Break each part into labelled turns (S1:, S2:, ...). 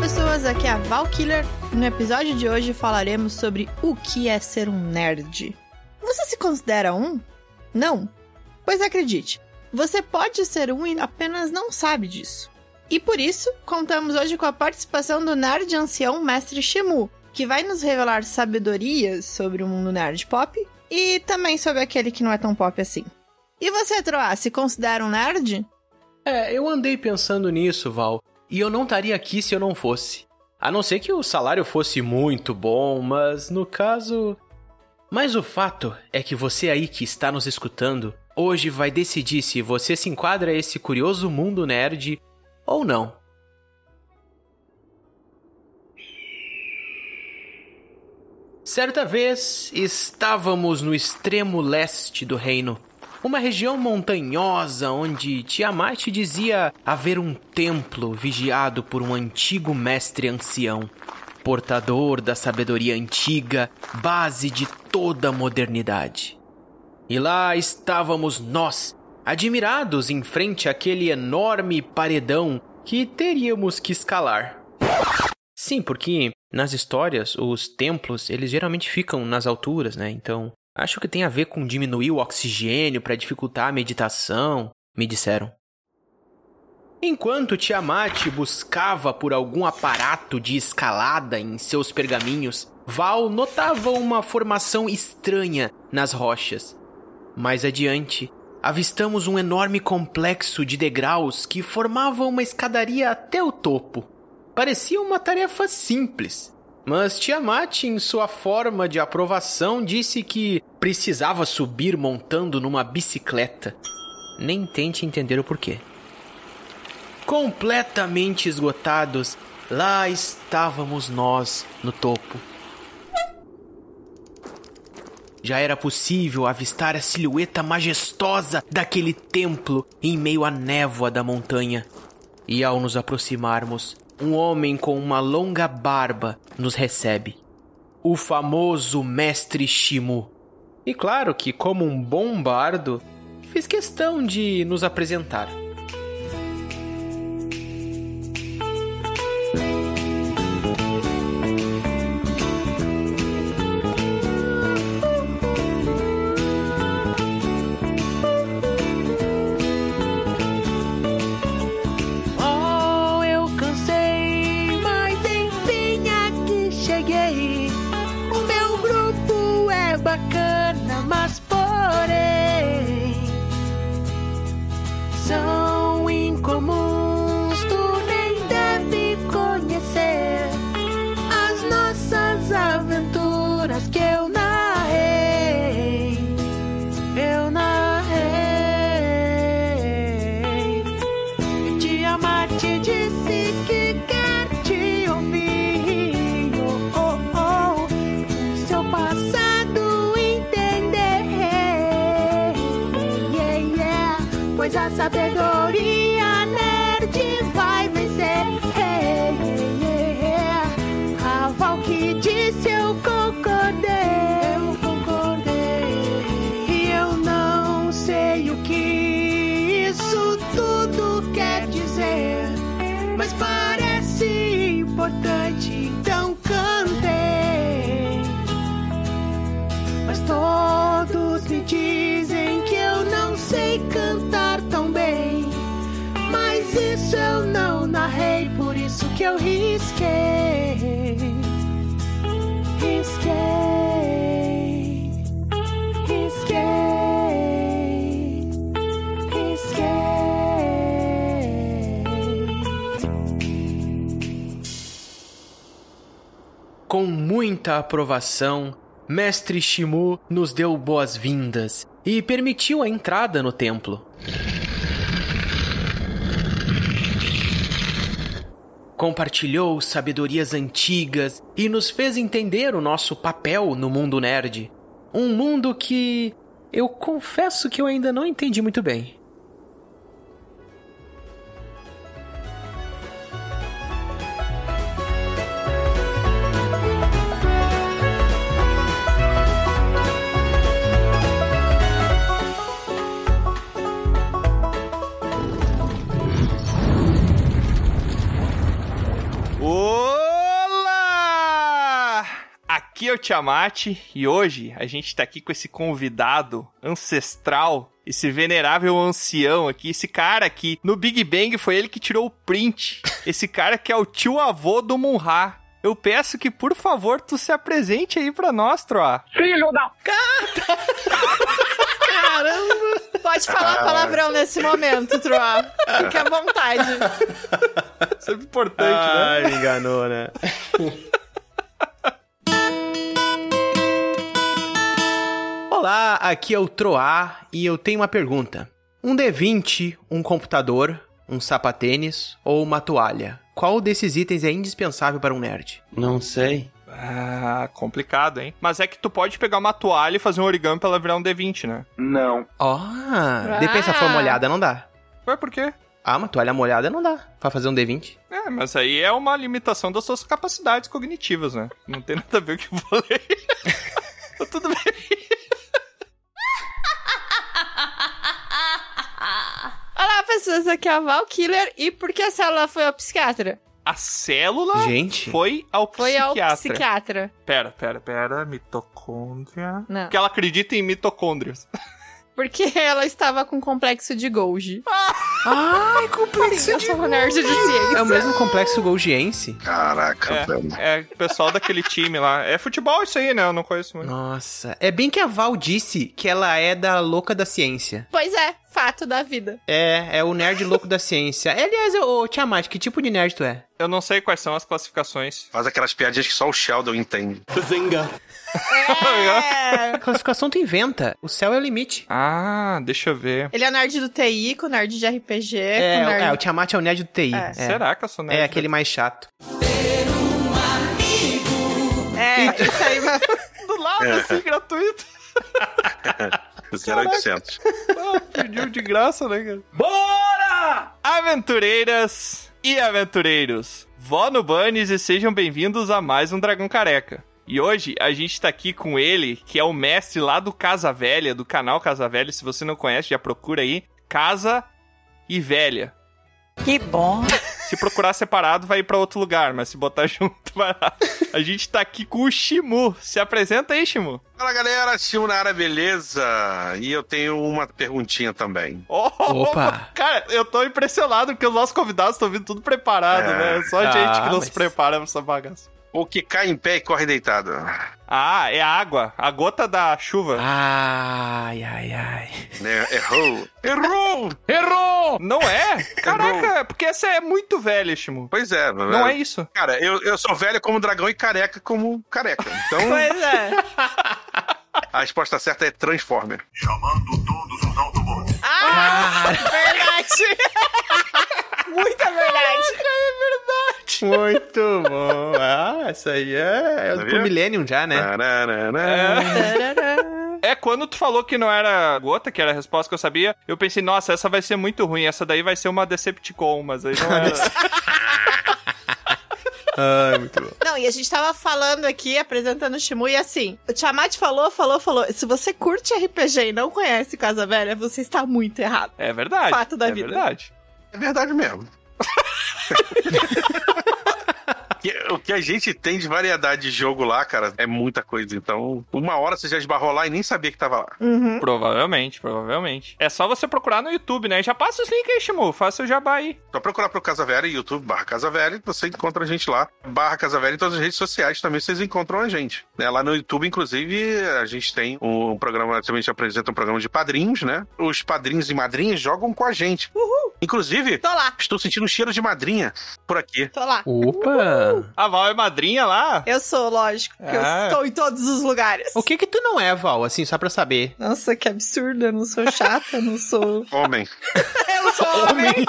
S1: pessoas, aqui é a Val Killer. No episódio de hoje falaremos sobre o que é ser um nerd. Você se considera um? Não? Pois acredite, você pode ser um e apenas não sabe disso. E por isso, contamos hoje com a participação do nerd ancião Mestre Shimu, que vai nos revelar sabedorias sobre o mundo nerd pop e também sobre aquele que não é tão pop assim. E você, Troá, se considera um nerd?
S2: É, eu andei pensando nisso, Val, e eu não estaria aqui se eu não fosse. A não ser que o salário fosse muito bom, mas no caso. Mas o fato é que você aí que está nos escutando hoje vai decidir se você se enquadra a esse curioso mundo nerd ou não. Certa vez estávamos no extremo leste do reino, uma região montanhosa onde Tiamat dizia haver um templo vigiado por um antigo mestre ancião, portador da sabedoria antiga, base de toda a modernidade. E lá estávamos nós, admirados em frente àquele enorme paredão que teríamos que escalar. Sim, porque nas histórias os templos eles geralmente ficam nas alturas, né? Então Acho que tem a ver com diminuir o oxigênio para dificultar a meditação, me disseram. Enquanto Tiamat buscava por algum aparato de escalada em seus pergaminhos, Val notava uma formação estranha nas rochas. Mais adiante, avistamos um enorme complexo de degraus que formava uma escadaria até o topo. Parecia uma tarefa simples, mas Tiamat, em sua forma de aprovação, disse que precisava subir montando numa bicicleta. Nem tente entender o porquê. Completamente esgotados, lá estávamos nós no topo. Já era possível avistar a silhueta majestosa daquele templo em meio à névoa da montanha. E ao nos aproximarmos, um homem com uma longa barba nos recebe. O famoso mestre Shimu. E claro que, como um bom bardo, fiz questão de nos apresentar. Com muita aprovação, Mestre Shimu nos deu boas-vindas e permitiu a entrada no templo. Compartilhou sabedorias antigas e nos fez entender o nosso papel no mundo nerd. Um mundo que eu confesso que eu ainda não entendi muito bem.
S3: Olá! Aqui é o Tiamat e hoje a gente tá aqui com esse convidado ancestral, esse venerável ancião aqui, esse cara aqui. No Big Bang foi ele que tirou o print. Esse cara que é o tio avô do Munra. Eu peço que, por favor, tu se apresente aí pra nós, Troá.
S4: Filho da.
S1: Caramba! Pode
S2: Ah,
S1: falar palavrão nesse momento, Troá. Fique à vontade.
S3: Sempre importante, né?
S2: Ai, me enganou, né? Olá, aqui é o Troá e eu tenho uma pergunta. Um D20, um computador, um sapatênis ou uma toalha? Qual desses itens é indispensável para um nerd?
S5: Não sei.
S3: Ah, complicado, hein? Mas é que tu pode pegar uma toalha e fazer um origami pra ela virar um D20, né?
S5: Não.
S2: Ó, Ah, depende se ela for molhada, não dá.
S3: Ué, por quê?
S2: Ah, uma toalha molhada não dá. Pra fazer um D20.
S3: É, mas aí é uma limitação das suas capacidades cognitivas, né? Não tem nada a ver o que eu falei. Tá Tudo bem.
S1: Olá, pessoas. Aqui é a Val Killer. E por que a célula foi ao psiquiatra?
S3: A célula
S2: Gente.
S3: foi ao
S1: Foi
S3: psiquiatra.
S1: ao psiquiatra.
S3: Pera, pera, pera. Mitocôndria.
S1: Não.
S3: Porque ela acredita em mitocôndrias.
S1: Porque ela estava com complexo de Golgi.
S2: Ai, complexo
S1: Eu sou uma nerd de ciência.
S2: É o mesmo complexo golgiense?
S5: Caraca, velho.
S3: É, o pessoal daquele time lá. É futebol isso aí, né? Eu não conheço muito.
S2: Nossa, é bem que a Val disse que ela é da louca da ciência.
S1: Pois é, fato da vida.
S2: É, é o nerd louco da ciência. É, Aliás, ô ô, Tiamat, que tipo de nerd tu é?
S3: Eu não sei quais são as classificações.
S5: Faz aquelas piadinhas que só o Sheldon entende.
S1: É.
S2: A classificação tu inventa. O céu é o limite.
S3: Ah, deixa eu ver.
S1: Ele é nerd do TI, com nerd de RPG,
S2: É,
S1: com
S2: o-
S1: nerd...
S2: é, o Tiamat é o nerd do TI. É,
S3: Será que eu sou nerd? né?
S2: É aquele mais chato.
S1: É, isso aí, mas...
S3: do lado, assim, gratuito.
S5: 0800.
S3: Ah, pediu de graça, né, cara? Bora! Aventureiras e aventureiros, vó no Bunnies e sejam bem-vindos a mais um Dragão Careca. E hoje a gente tá aqui com ele, que é o mestre lá do Casa Velha, do canal Casa Velha. Se você não conhece, já procura aí. Casa e Velha.
S6: Que bom.
S3: Se procurar separado, vai ir pra outro lugar, mas se botar junto, vai lá. A gente tá aqui com o Shimu. Se apresenta aí, Shimu.
S5: Fala galera, Tio Nara, beleza? E eu tenho uma perguntinha também.
S3: Oh,
S2: Opa!
S3: Cara, eu tô impressionado porque os nossos convidados estão vindo tudo preparado,
S5: É.
S3: né? Só
S2: Ah,
S3: gente que não se
S2: mas-
S3: prepara pra essa bagaça.
S5: O que cai em pé e corre deitado?
S3: Ah, é a água. A gota da chuva.
S2: Ai, ai, ai.
S5: Né? Errou. Errou!
S3: Não é? Caraca, é porque essa é muito velha, Shimo.
S5: Pois é,
S3: Não é isso.
S5: Cara, eu, eu sou velho como dragão e careca como careca. Então
S1: Pois é.
S5: a resposta certa é Transformer.
S1: Ah, verdade. Muita verdade.
S2: Muito bom. Ah, essa aí é, é
S5: Tá
S2: pro
S5: vendo?
S2: Millennium já, né?
S5: Tararara.
S3: É quando tu falou que não era gota, que era a resposta que eu sabia, eu pensei, nossa, essa vai ser muito ruim, essa daí vai ser uma Decepticon, mas aí não era.
S2: Ah, muito bom.
S1: Não, e a gente tava falando aqui, apresentando o Shimu, e assim, o Tiamat falou, falou, falou. Se você curte RPG e não conhece Casa Velha, você está muito errado.
S3: é verdade.
S1: Fato da
S3: é
S1: vida.
S3: verdade.
S5: É verdade mesmo. Que- O que a gente tem de variedade de jogo lá, cara, é muita coisa. Então, uma hora você já esbarrou lá e nem sabia que tava lá.
S1: Uhum.
S3: Provavelmente, provavelmente. É só você procurar no YouTube, né? Já passa os links aí, Shimu. Faça o jabá aí.
S5: Só Então, procurar pro Casa Velha, YouTube, barra Casa Velha, você encontra a gente lá. Barra Casa Velha em todas as redes sociais também vocês encontram a gente. né? Lá no YouTube, inclusive, a gente tem um programa, também a gente apresenta um programa de padrinhos, né? Os padrinhos e madrinhas jogam com a gente. Uhul. Inclusive,
S1: Tô lá,
S5: estou sentindo um cheiro de madrinha por aqui.
S1: tô lá.
S2: Opa!
S3: A Val é madrinha lá?
S1: Eu sou, lógico, porque eu
S3: Ah.
S1: estou em todos os lugares.
S2: O que que tu não é, Val, assim, só pra saber?
S1: Nossa, que absurdo, eu não sou chata, eu não sou...
S5: Homem.
S1: Eu sou homem!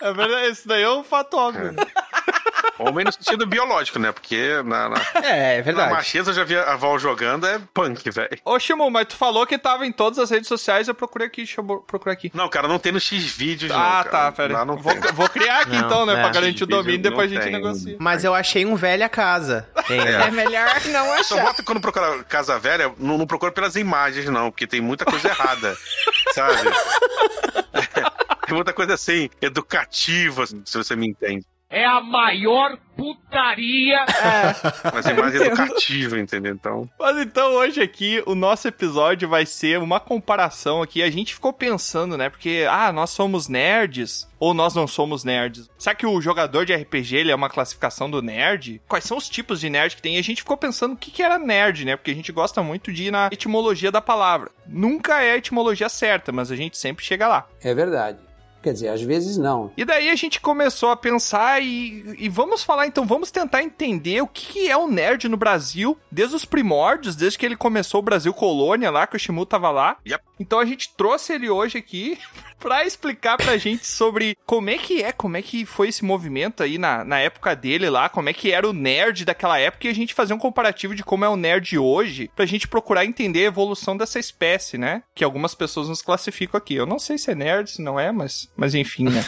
S3: É verdade, isso daí é um fato óbvio.
S5: Homem no sentido biológico, né? Porque na- na,
S2: É, é
S5: Na
S2: verdade.
S5: Machisa eu já vi a Val jogando, é punk, velho.
S3: Ô, Shimu, mas tu falou que tava em todas as redes sociais, eu procurei aqui, deixa eu procurar aqui.
S5: Não, cara, não tem no X-Videos, não,
S3: ah,
S5: cara.
S3: tá, pera.
S5: Lá
S3: aí.
S5: não
S3: Vou,
S5: tem.
S3: vou criar aqui
S2: Não,
S3: então, né,
S2: é.
S3: pra garantir o domínio,
S5: Não
S3: depois a gente
S5: tem.
S3: negocia.
S2: Mas eu achei um velha casa. Tem, né?
S1: É melhor não
S5: Só
S1: achar.
S5: bota quando procurar Casa Velha, não, não procura pelas imagens, não, porque tem muita coisa errada, É, sabe? tem muita coisa assim, educativa, assim, se você me entende.
S4: é a maior putaria.
S5: Mas é mais educativo, entendeu? Então,
S3: Mas então hoje aqui o nosso episódio vai ser uma comparação aqui. A gente ficou pensando, né? Porque, ah, nós somos nerds ou nós não somos nerds. Será que o jogador de RPG ele é uma classificação do nerd? Quais são os tipos de nerd que tem? E a gente ficou pensando o que, que era nerd, né? Porque a gente gosta muito de ir na etimologia da palavra. Nunca é a etimologia certa, mas a gente sempre chega lá.
S6: É verdade. Quer dizer, às vezes não.
S3: E daí a gente começou a pensar e, e vamos falar então, vamos tentar entender o que é o nerd no Brasil, desde os primórdios, desde que ele começou o Brasil Colônia lá, que o Shimu tava lá.
S5: Yep.
S3: Então a gente trouxe ele hoje aqui pra explicar pra gente sobre como é que é, como é que foi esse movimento aí na, na época dele lá, como é que era o nerd daquela época e a gente fazer um comparativo de como é o nerd hoje, pra gente procurar entender a evolução dessa espécie, né? Que algumas pessoas nos classificam aqui. Eu não sei se é nerd, se não é, mas, mas enfim, né?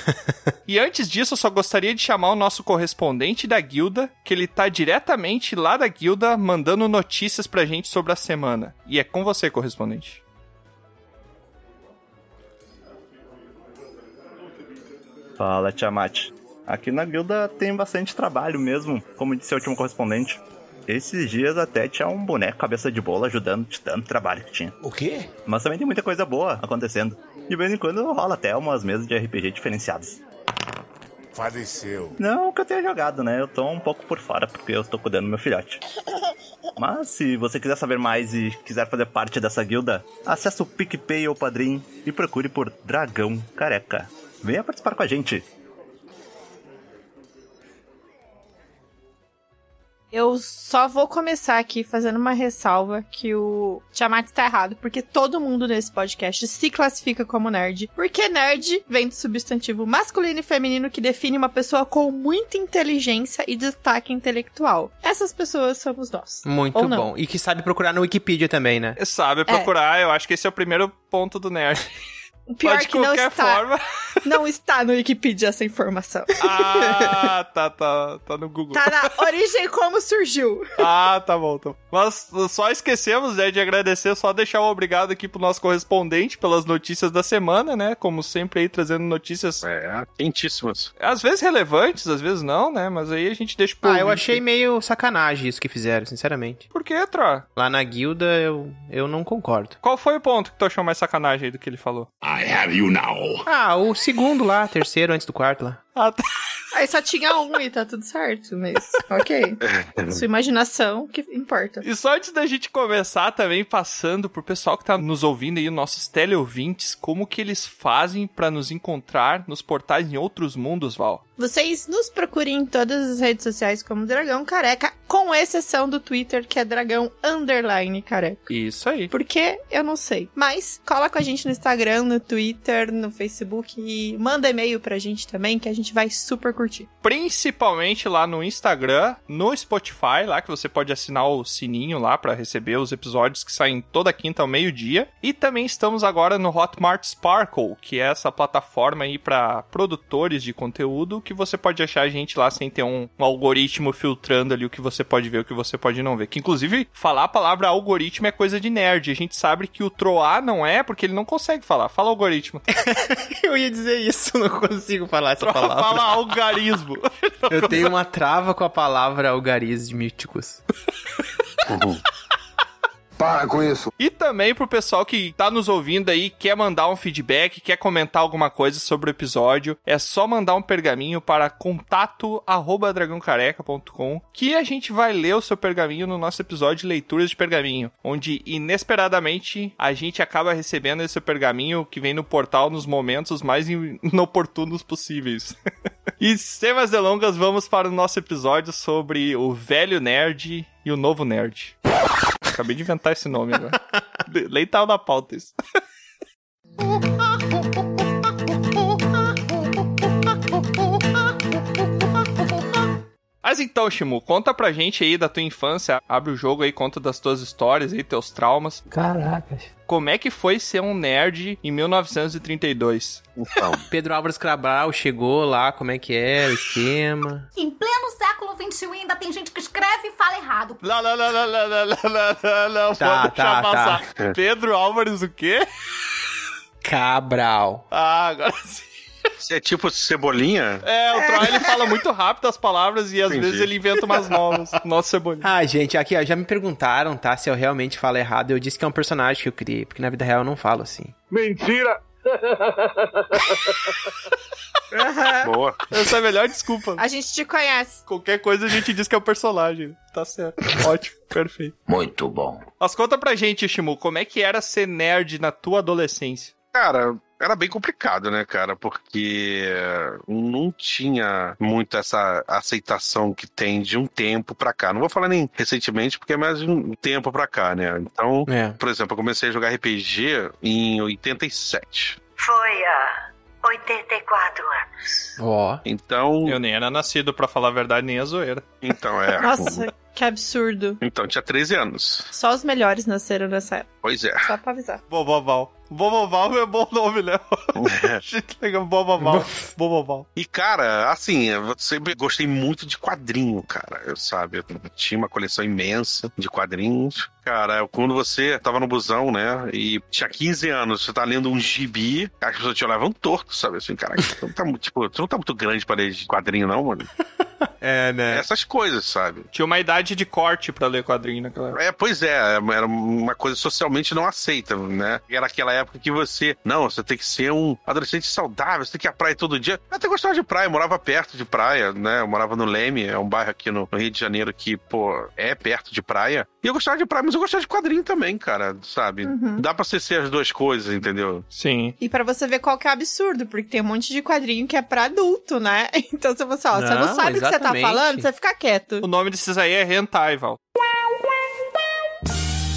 S3: E antes disso, eu só gostaria de chamar o nosso correspondente da guilda, que ele tá diretamente lá da guilda mandando notícias pra gente sobre a semana. E é com você, correspondente.
S7: Fala, Tiamat. Aqui na guilda tem bastante trabalho mesmo, como disse o último correspondente. Esses dias até tinha um boneco cabeça de bola ajudando de tanto trabalho que tinha.
S6: O quê?
S7: Mas também tem muita coisa boa acontecendo. De vez em quando rola até umas mesas de RPG diferenciadas.
S8: faleceu.
S7: Não que eu tenha jogado, né? Eu tô um pouco por fora porque eu tô cuidando do meu filhote. Mas se você quiser saber mais e quiser fazer parte dessa guilda, acesse o PicPay ou Padrim e procure por Dragão Careca. Venha participar com a gente.
S1: Eu só vou começar aqui fazendo uma ressalva que o Tiamat está errado, porque todo mundo nesse podcast se classifica como nerd. Porque nerd vem do substantivo masculino e feminino que define uma pessoa com muita inteligência e destaque intelectual. Essas pessoas somos nós.
S3: Hum,
S2: Muito
S1: Ou não.
S2: bom. E que sabe procurar no Wikipedia também, né?
S3: Sabe procurar, eu acho que esse é o primeiro ponto do nerd.
S1: O Pior é
S3: Mas de
S1: que não
S3: qualquer
S1: está,
S3: forma.
S1: não está no Wikipedia essa informação.
S3: Ah, tá, tá, tá no Google.
S1: Tá na origem como surgiu.
S3: Ah, tá bom, tá bom. Mas só esquecemos, né, de agradecer, só deixar um obrigado aqui pro nosso correspondente pelas notícias da semana, né? Como sempre aí trazendo notícias
S5: é, quentíssimas.
S3: às vezes relevantes, às vezes não, né? Mas aí a gente deixa pro
S2: Ah, eu
S3: ouvinte.
S2: achei meio sacanagem isso que fizeram, sinceramente.
S3: Por quê, Tro?
S2: Lá na guilda eu, eu não concordo.
S3: Qual foi o ponto que tu achou mais sacanagem aí do que ele falou?
S8: I have you now.
S2: Ah, o segundo lá, terceiro antes do quarto lá.
S3: Ah, tá.
S1: Aí só tinha um e tá tudo certo, mas ok. Sua imaginação que importa.
S3: E só antes da gente começar também, passando pro pessoal que tá nos ouvindo aí, nossos teleouvintes, como que eles fazem pra nos encontrar nos portais em outros mundos, Val?
S1: Vocês nos procurem em todas as redes sociais como Dragão Careca, com exceção do Twitter, que é Dragão Underline Careca.
S3: Isso aí.
S1: Porque eu não sei. Mas cola com a gente no Instagram, no Twitter, no Facebook e manda e-mail pra gente também, que a gente vai super curtir.
S3: principalmente lá no Instagram, no Spotify, lá que você pode assinar o sininho lá pra receber os episódios que saem toda quinta ao meio-dia. E também estamos agora no Hotmart Sparkle, que é essa plataforma aí pra produtores de conteúdo que você pode achar a gente lá sem ter um, um algoritmo filtrando ali o que você pode ver, o que você pode não ver. Que inclusive falar a palavra algoritmo é coisa de nerd. A gente sabe que o troar não é porque ele não consegue falar. Fala algoritmo.
S2: Eu ia dizer isso, não consigo falar essa
S3: Fala algarismo.
S2: Eu tenho uma trava com a palavra algarismíticos.
S8: Para com isso.
S3: E também pro pessoal que tá nos ouvindo aí, quer mandar um feedback, quer comentar alguma coisa sobre o episódio, é só mandar um pergaminho para contato@dragãocareca.com, que a gente vai ler o seu pergaminho no nosso episódio de leituras de pergaminho, onde inesperadamente a gente acaba recebendo esse pergaminho que vem no portal nos momentos mais in- inoportunos possíveis. e sem mais delongas, vamos para o nosso episódio sobre o velho nerd e o novo nerd. Acabei de inventar esse nome agora. Le- Leital da pauta isso. Mas então, Shimu, conta pra gente aí da tua infância. Abre o jogo aí, conta das tuas histórias aí, teus traumas.
S6: Caracas.
S3: Como é que foi ser um nerd em 1932?
S5: Então,
S2: Pedro Álvares Cabral chegou lá, como é que era o esquema.
S9: Em pleno século XXI ainda tem gente que escreve e fala errado.
S3: Lá, lá, lá, lá, lá, lá, lá, lá, lá,
S2: Tá,
S3: lá, vamos
S2: tá,
S3: deixar passar. Pedro Álvares o quê?
S2: Cabral.
S3: Ah, agora sim.
S5: É tipo cebolinha?
S3: É, o Troy ele fala muito rápido as palavras e às
S5: Entendi.
S3: vezes ele inventa umas novas. Nossa, é cebolinha.
S2: Ah, gente, aqui, ó, já me perguntaram, tá? Se eu realmente falo errado. Eu disse que é um personagem que eu criei, porque na vida real eu não falo assim.
S8: Mentira!
S5: Boa.
S3: Essa é a melhor desculpa.
S1: A gente te conhece.
S3: Qualquer coisa a gente diz que é o personagem. Tá certo. Ótimo, perfeito.
S10: Muito bom.
S3: Mas conta pra gente, Shimu, como é que era ser nerd na tua adolescência?
S5: Cara, era bem complicado, né, cara? Porque não tinha muito essa aceitação que tem de um tempo pra cá. Não vou falar nem recentemente, porque é mais de um tempo pra cá, né? Então,
S2: É.
S5: por exemplo, eu comecei a jogar RPG em 87.
S11: Foi há 84 anos.
S2: Ó.
S5: Então,
S3: Eu nem era nascido, pra falar a verdade, nem a zoeira.
S5: então é.
S1: Nossa, que absurdo.
S5: Então, tinha 13 anos.
S1: Só os melhores nasceram nessa época.
S5: Pois é.
S1: Só pra avisar.
S3: Boboval. Boboval é bom nome, né? Gente, legal. Boboval. Boboval.
S5: E, cara, assim, eu sempre gostei muito de quadrinho, cara. Eu sabe, eu tinha uma coleção imensa de quadrinhos. Cara, eu- quando você tava no busão, né? E tinha 15 anos, você tá lendo um gibi, as pessoas te olhavam torto, sabe? Assim, caraca, tu não tá, mu- tipo, tu não tá muito grande pra ler de quadrinho, não, mano.
S2: É, né?
S5: Essas coisas, sabe?
S3: Tinha uma idade de corte pra ler quadrinho naquela época.
S5: É, pois é, era uma coisa socialmente não aceita, né? Era aquela época que você, não, você tem que ser um adolescente saudável, você tem que ir à praia todo dia. Eu até gostava de praia, eu morava perto de praia, né? Eu morava no Leme, é um bairro aqui no, no Rio de Janeiro que, pô, é perto de praia. E eu gostava de praia, mas eu gostava de quadrinho também, cara, sabe?
S1: Uhum.
S5: Dá pra você ser as duas coisas, entendeu?
S3: Sim.
S1: E pra você ver qual que é o absurdo, porque tem um monte de quadrinho que é pra adulto, né? Então você fala assim, ó, você não
S2: Não,
S1: sabe o que você tá
S2: exatamente.
S1: falando, você fica quieto.
S3: O nome desses aí é Hentai, Val.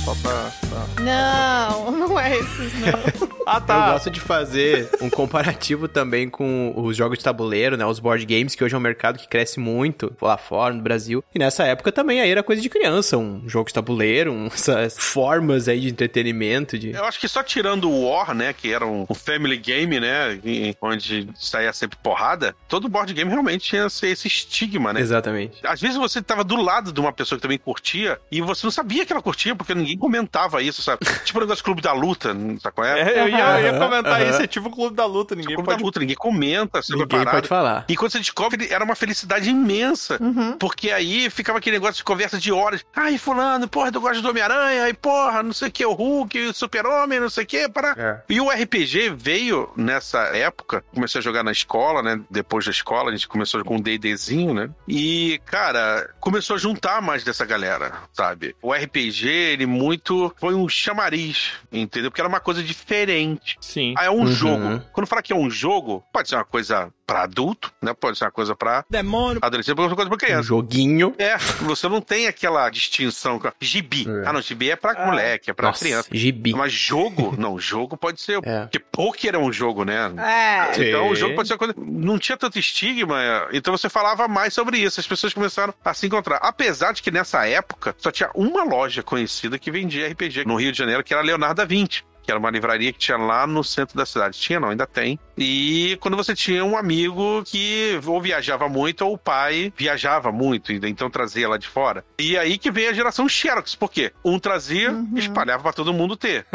S3: Só pra... pra-
S1: Não, não é esses, não.
S3: Ah, tá.
S2: Eu gosto de fazer um comparativo também com os jogos de tabuleiro, né? Os board games, que hoje é um mercado que cresce muito lá fora, no Brasil. E nessa época também aí era coisa de criança, um jogo de tabuleiro, um- essas formas aí de entretenimento, de...
S5: Eu acho que só tirando o War, né, que era um, um family game, né, e- onde saía sempre porrada, todo board game realmente tinha esse esse estigma, né?
S2: Exatamente.
S5: Às vezes você tava do lado de uma pessoa que também curtia e você não sabia que ela curtia, porque ninguém comentava isso, sabe? tipo o negócio do Clube da Luta, sabe qual é?
S3: É, eu ia, eu ia
S2: Aham,
S3: comentar
S2: aham.
S3: isso, é tipo o clube da luta, ninguém
S5: Clube
S3: pode.
S5: da Luta, ninguém comenta sobre a
S2: Ninguém
S5: é parada.
S2: pode falar.
S5: E quando você descobre, era uma felicidade imensa.
S1: Uhum.
S5: Porque aí ficava aquele negócio de conversa de horas. Ai, fulano, porra, eu gosto do Homem-Aranha, aí porra, não sei o que, o Hulk, o Super-Homem, não sei o que, pará. E o RPG veio nessa época, comecei a jogar na escola, né? Depois da escola, a gente começou com um D&Dzinho, né? E, cara, começou a juntar mais dessa galera, sabe? O RPG, ele muito foi um chamariz, entendeu? Porque era uma coisa diferente.
S3: Sim.
S5: Ah, é um
S2: Uhum.
S5: jogo. Quando fala que é um jogo, pode ser uma coisa pra adulto, né? Pode ser uma coisa pra
S2: Demônio!
S5: adolescente, pode ser uma coisa pra
S2: Um
S5: criança.
S2: joguinho.
S5: É, você não tem aquela distinção. Gibi.
S2: É.
S5: Ah, não, gibi é pra moleque, é pra
S2: Nossa,
S5: criança.
S2: gibi.
S5: Mas jogo, não, jogo pode ser.
S2: É.
S5: Porque poker é um jogo, né?
S1: É.
S5: Então o
S2: Sim.
S5: jogo pode ser uma coisa. Não tinha tanto estigma, é, então você falava mais sobre isso. As pessoas começaram a se encontrar. Apesar de que nessa época só tinha uma loja conhecida que vendia RPG no Rio de Janeiro, que era Leonardo da Vinci. Que era uma livraria que tinha lá no centro da cidade. Tinha, não, ainda tem. E quando você tinha um amigo que ou viajava muito, ou o pai viajava muito, e então trazia lá de fora. E aí que veio a geração Xerox, por quê? Um trazia
S1: Uhum.
S5: e espalhava pra todo mundo ter.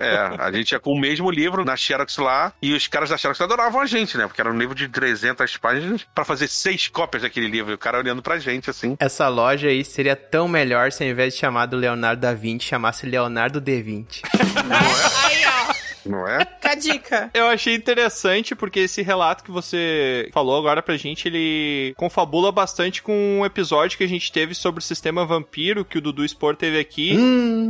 S5: É, a gente ia com o mesmo livro na Xerox lá, e os caras da Xerox adoravam a gente, né? Porque era um livro de 300 páginas pra fazer seis cópias daquele livro, e o cara olhando pra gente, assim.
S2: Essa loja aí seria tão melhor se ao invés de chamar do Leonardo da Vinci, chamasse Leonardo D20.
S1: Aí, ó.
S5: Não é?
S1: Fica a dica.
S3: Eu achei interessante porque esse relato que você falou agora pra gente, ele confabula bastante com um episódio que a gente teve sobre o sistema vampiro que o Dudu Spor teve aqui.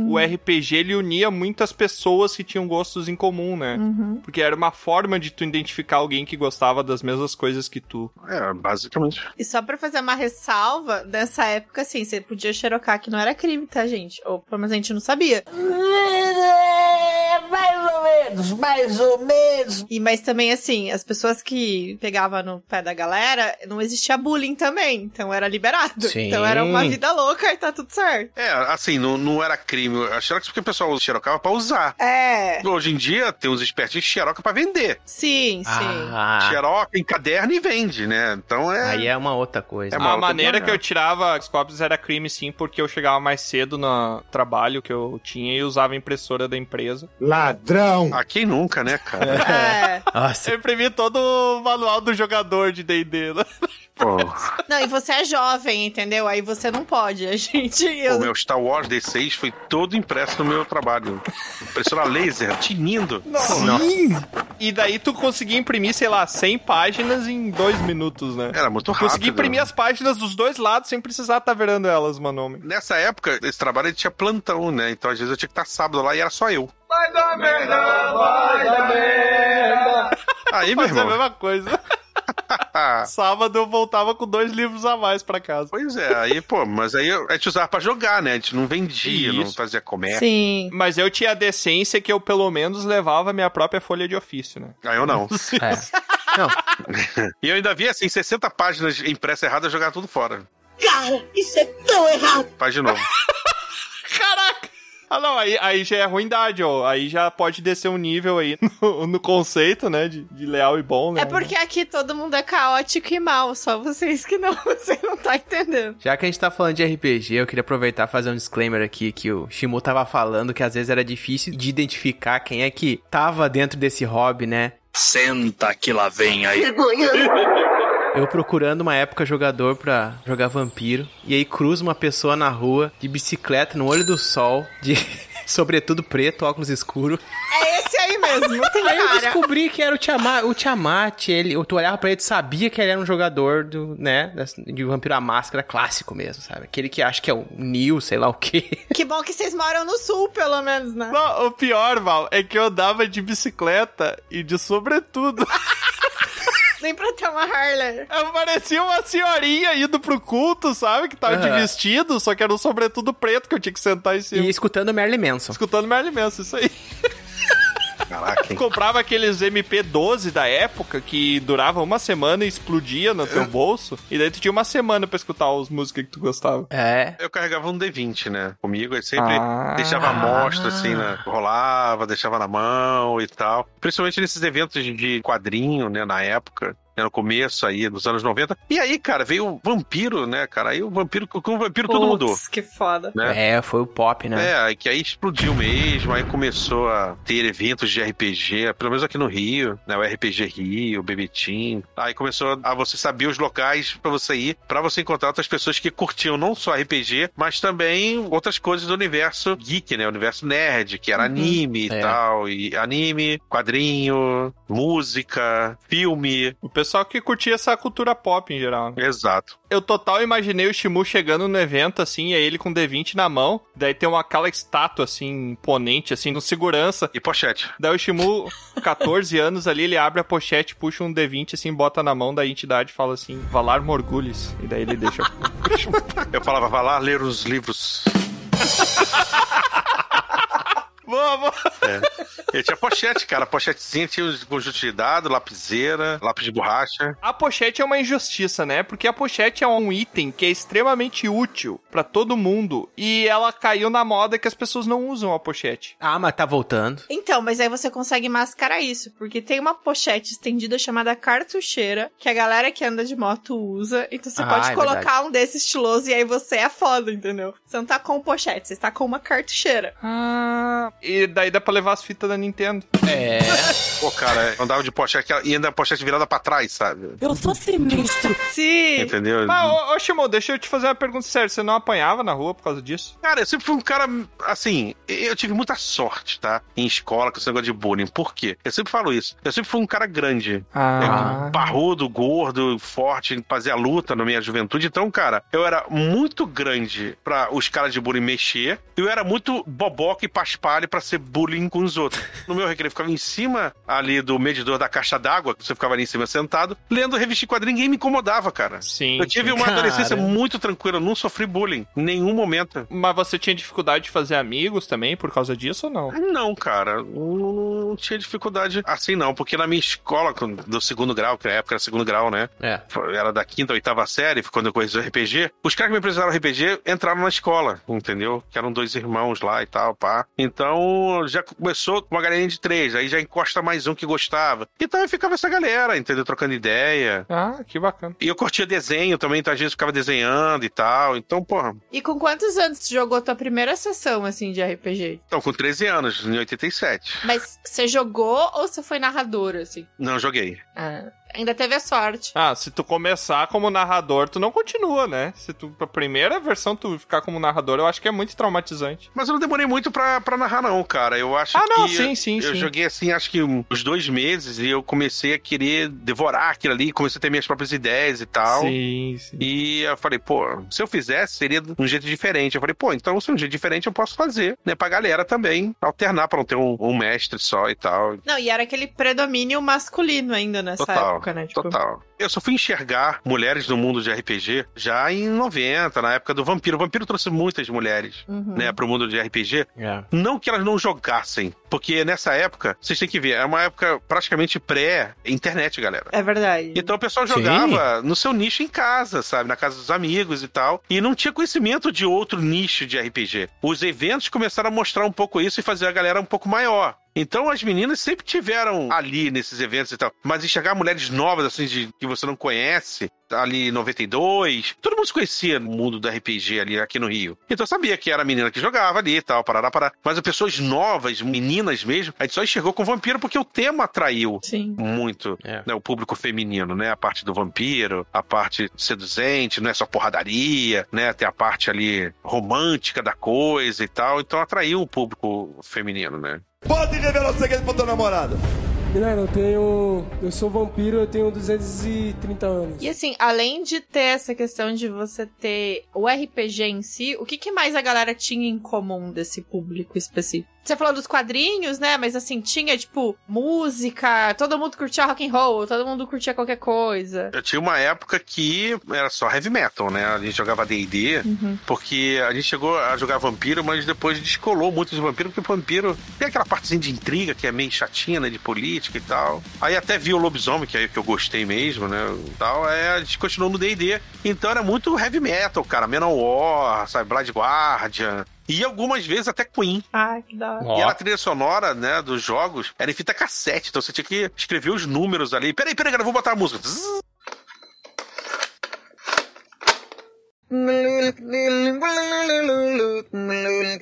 S3: O RPG ele unia muitas pessoas que tinham gostos em comum, né? Porque era uma forma de tu identificar alguém que gostava das mesmas coisas que tu.
S5: É, basicamente.
S1: E só pra fazer uma ressalva, nessa época, assim, você podia xerocar que não era crime, tá, gente? Ou pelo menos a gente não sabia.
S11: É, Mais ou menos, mais ou menos.
S1: E mas também assim, as pessoas que pegavam no pé da galera, não existia bullying também, então era liberado.
S2: Sim.
S1: Então era uma vida louca e tá tudo certo.
S5: É, assim, não, não era crime. A Xerox, porque o pessoal xerocava pra usar.
S1: É.
S5: Hoje em dia, tem uns espertinhos que xeroca pra vender.
S1: Sim, sim.
S2: Ah,
S5: Xeroca, encaderna e vende, né? Então é.
S2: aí é uma outra coisa.
S5: É uma
S3: A
S5: outra
S3: maneira
S5: maneira.
S3: que eu tirava as cópias era crime, sim, porque eu chegava mais cedo no trabalho que eu tinha e usava a impressora da empresa.
S8: Ladrão!
S5: Ah, quem nunca, né, cara?
S2: Ah.
S1: É.
S2: Nossa.
S3: Eu imprimi todo o manual do jogador de D&D. né?
S5: Pô,
S1: Não, e você é jovem, entendeu? Aí você não pode. A gente.
S5: o
S1: Eu...
S5: meu Star Wars D6 foi todo impresso no meu trabalho. Impressora laser, tinindo.
S2: Sim!
S3: E daí tu conseguia imprimir, sei lá, 100 páginas em dois minutos, né?
S5: Era muito rápido.
S3: Consegui imprimir as páginas dos dois lados sem precisar tá virando elas, mano. homem.
S5: Nessa época, esse trabalho ele tinha plantão, né? Então às vezes eu tinha que estar sábado lá e era só eu. Vai dar merda, vai dar merda. Aí, meu
S3: Fazer a
S5: irmão. Tá. ah,
S3: mesma coisa. Sábado eu voltava com dois livros a mais pra casa.
S5: Pois é, aí, pô, mas aí eu- a gente usava pra jogar, né? A gente não vendia, não
S3: Isso.
S5: fazia comércio.
S1: Sim.
S3: Mas eu tinha a decência que eu pelo menos levava minha própria folha de ofício, né?
S5: Aí eu não.
S2: É. Não,
S5: E eu ainda vi, assim, 60 páginas impressa errada, eu jogava tudo fora.
S11: Cara, isso é tão errado!
S5: Faz de novo.
S3: Caraca! Ah, não, aí, aí já é ruindade, ó. Aí já pode descer um nível aí no, no conceito, né? De, de leal e bom, né?
S1: É porque aqui todo mundo é caótico e mal, só vocês que não, você não tá entendendo.
S2: Já que a gente tá falando de RPG, eu queria aproveitar e fazer um disclaimer aqui que o Shimu tava falando que às vezes era difícil de identificar quem é que tava dentro desse hobby, né?
S10: Senta que lá vem aí.
S11: Vergonha!
S2: Eu procurando uma época jogador pra jogar vampiro, e aí cruza uma pessoa na rua, de bicicleta, no olho do sol, de sobretudo preto, óculos escuro.
S1: É esse aí mesmo, tem
S2: Aí eu
S1: cara.
S2: descobri que era o Tiamat, o Tiamat, ele, eu- tu olhava pra ele, tu sabia que ele era um jogador do, né, das- de vampiro à máscara clássico mesmo, sabe? Aquele que acha que é o Neil, sei lá o quê.
S1: Que bom que vocês moram no sul, pelo menos, né?
S3: Não, o pior, Val, é que eu andava de bicicleta e de sobretudo.
S1: Nem pra ter uma Harley.
S3: Eu parecia uma senhorinha indo pro culto, sabe? Que tava de
S2: Aham.
S3: vestido, só que era um sobretudo preto que eu tinha que sentar em cima.
S2: E escutando Merlin Manson.
S3: Escutando Merlin Manson, isso aí.
S5: Caraca, hein?
S3: Comprava aqueles MP12 da época que durava uma semana e explodia no
S5: É.
S3: teu bolso. E daí tu tinha uma semana pra escutar as músicas que tu gostava.
S2: É.
S5: Eu carregava um D20, né? Comigo, eu sempre
S3: Ah.
S5: deixava amostra, assim, né? Rolava, deixava na mão e tal. Principalmente nesses eventos de quadrinho, né? Na época. né, No começo aí, dos anos 90. E aí, cara, veio o vampiro, né, cara? Aí o vampiro, com o vampiro tudo mudou.
S1: Putz, que foda.
S2: É, foi o pop, né?
S5: É, que aí explodiu mesmo, aí começou a ter eventos de RPG, pelo menos aqui no Rio, né? O RPG Rio, o Bebetim. Aí começou a você saber os locais pra você ir, pra você encontrar outras pessoas que curtiam não só RPG, mas também outras coisas do universo geek, né? O universo nerd, que era anime
S2: É.
S5: e tal, e anime, quadrinho, música, filme.
S3: O pessoal que curtia essa cultura pop em geral. né?
S5: Exato.
S3: Eu total imaginei o Shimu chegando no evento, assim, e aí ele com D20 na mão. Daí tem uma aquela estátua, assim, imponente, assim, com segurança.
S5: E pochete.
S3: Daí o Shimu, 14 anos ali, ele abre a pochete, puxa um D20, assim, bota na mão da entidade e fala assim, Valar Morgulhes. E daí ele deixa...
S5: Eu falava, vai lá ler os livros.
S3: boa, boa.
S5: Eu tinha pochete, cara. Pochetezinha tinha os conjuntos de dado, lapiseira, lápis de borracha.
S3: A pochete é uma injustiça, né? Porque a pochete é um item que é extremamente útil pra todo mundo e ela caiu na moda que as pessoas não usam a pochete.
S2: Ah, mas tá voltando.
S1: Então, mas aí você consegue mascarar isso, porque tem uma pochete estendida chamada cartucheira, que a galera que anda de moto usa, então você
S2: Ah,
S1: pode
S2: é
S1: colocar
S2: verdade.
S1: um desses estiloso e aí você é foda, entendeu? Você não tá com pochete, você tá com uma cartucheira.
S3: Ah, e daí dá pra levar as fitas da Nintendo.
S2: É.
S5: Pô, cara, eu andava de pochete e ainda a pochete virada pra trás, sabe?
S11: Eu sou sinistro!
S1: Sim!
S5: Entendeu?
S3: Mas, ô, ô Shimon, deixa eu te fazer uma pergunta séria. Você não apanhava na rua por causa disso?
S5: Cara, eu sempre fui um cara, assim, eu tive muita sorte, tá? Em escola, com esse negócio de bullying. Por quê? Eu sempre falo isso. Eu sempre fui um cara grande.
S2: Ah.
S5: É Parrudo, gordo, forte, fazia luta na minha juventude. Então, cara, eu era muito grande pra os caras de bullying mexer. e Eu era muito boboca e paspalho pra ser bullying com os outros. No meu recreio, eu ficava em cima ali do medidor da caixa d'água, que você ficava ali em cima sentado, lendo revista e quadrinho. Ninguém me incomodava, cara.
S3: Sim.
S5: Eu tive uma
S2: Cara.
S5: adolescência muito tranquila, eu não sofri bullying em nenhum momento.
S3: Mas você tinha dificuldade de fazer amigos também por causa disso ou não?
S5: Não, cara, não, não tinha dificuldade assim não, porque na minha escola quando- do segundo grau, que na época era segundo grau, né?
S2: É.
S5: Era da quinta, oitava série, foi quando eu conheci o RPG. Os caras que me apresentaram o RPG entraram na escola, entendeu? Que eram dois irmãos lá e tal, pá. Então já começou uma uma galerinha de três, aí já encosta mais um que gostava. Então eu ficava essa galera, entendeu? Trocando ideia.
S3: Ah, que bacana.
S5: E eu curtia desenho também, então às vezes eu ficava desenhando e tal. Então, porra,
S1: E com quantos anos tu jogou tua primeira sessão, assim, de RPG?
S5: então com 13 anos, em 87.
S1: Mas você jogou ou você foi narradora, assim?
S5: Não joguei.
S1: Ah, ainda teve a sorte.
S3: Ah, se tu começar como narrador, tu não continua, né? Se tu, a primeira versão, tu ficar como narrador, eu acho que é muito traumatizante.
S5: Mas eu não demorei muito pra, pra narrar, não, cara. Eu acho
S3: Ah, não,
S5: que.
S3: sim, sim,
S5: Eu
S3: sim.
S5: joguei assim, acho que um- uns dois meses e eu comecei a querer devorar aquilo ali, comecei a ter minhas próprias ideias e tal.
S3: Sim, sim.
S5: E eu falei, pô, se eu fizesse, seria de um jeito diferente. Eu falei, pô, então se é um jeito diferente eu posso fazer, né? Pra galera também alternar, pra não ter um, um mestre só e tal.
S1: Não, e era aquele predomínio masculino ainda nessa
S5: Total,
S1: época, né? Tipo,
S5: Total. Eu só fui enxergar mulheres no mundo de RPG já em 90, na época do Vampiro. O Vampiro trouxe muitas mulheres,
S1: Uhum.
S5: né, pro mundo de RPG.
S2: É.
S5: Não que elas não jogassem, porque nessa época, vocês têm que ver, é uma época praticamente pré-internet, galera.
S1: É verdade.
S5: Então o pessoal
S2: Sim.
S5: jogava no seu nicho em casa, sabe? Na casa dos amigos e tal. E não tinha conhecimento de outro nicho de RPG. Os eventos começaram a mostrar um pouco isso e fazer a galera um pouco maior. Então as meninas sempre tiveram ali nesses eventos e tal. Mas enxergar mulheres novas, assim, de, que você não conhece, ali em 92, todo mundo se conhecia no mundo do RPG ali aqui no Rio. Então eu sabia que era a menina que jogava ali e tal, parará, parará. Mas as pessoas novas, meninas mesmo, a gente só enxergou com vampiro porque o tema atraiu
S1: Sim.
S5: muito
S2: É.
S5: né, o público feminino, né? A parte do vampiro, a parte seduzente, não é só porradaria, né? Tem a parte ali romântica da coisa e tal. Então atraiu o público feminino, né?
S12: Pode revelar o segredo pro teu namorado.
S13: Milena, eu tenho. Eu sou vampiro, eu tenho 230 anos.
S1: E assim, além de ter essa questão de você ter o RPG em si, o que, que mais a galera tinha em comum desse público específico? Você falou dos quadrinhos, né? Mas assim, tinha, tipo, música, todo mundo curtia rock and roll, todo mundo curtia qualquer coisa.
S5: Eu tinha uma época que era só heavy metal, né? A gente jogava D&D,
S1: Uhum.
S5: porque a gente chegou a jogar vampiro, mas depois descolou muito de vampiro, porque vampiro tem aquela partezinha de intriga que é meio chatinha, né? De política e tal. Aí até vi o lobisomem, que é o que eu gostei mesmo, né? e Tal, aí a gente continuou no D&D. Então era muito heavy metal, cara. Menor, sabe? Blood Guardian. E algumas vezes até Queen.
S1: Ai, que da hora.
S5: E era a trilha sonora, né, dos jogos, era em fita cassete, então você tinha que escrever os números ali. Peraí, peraí, cara, eu vou botar a música. Zzz.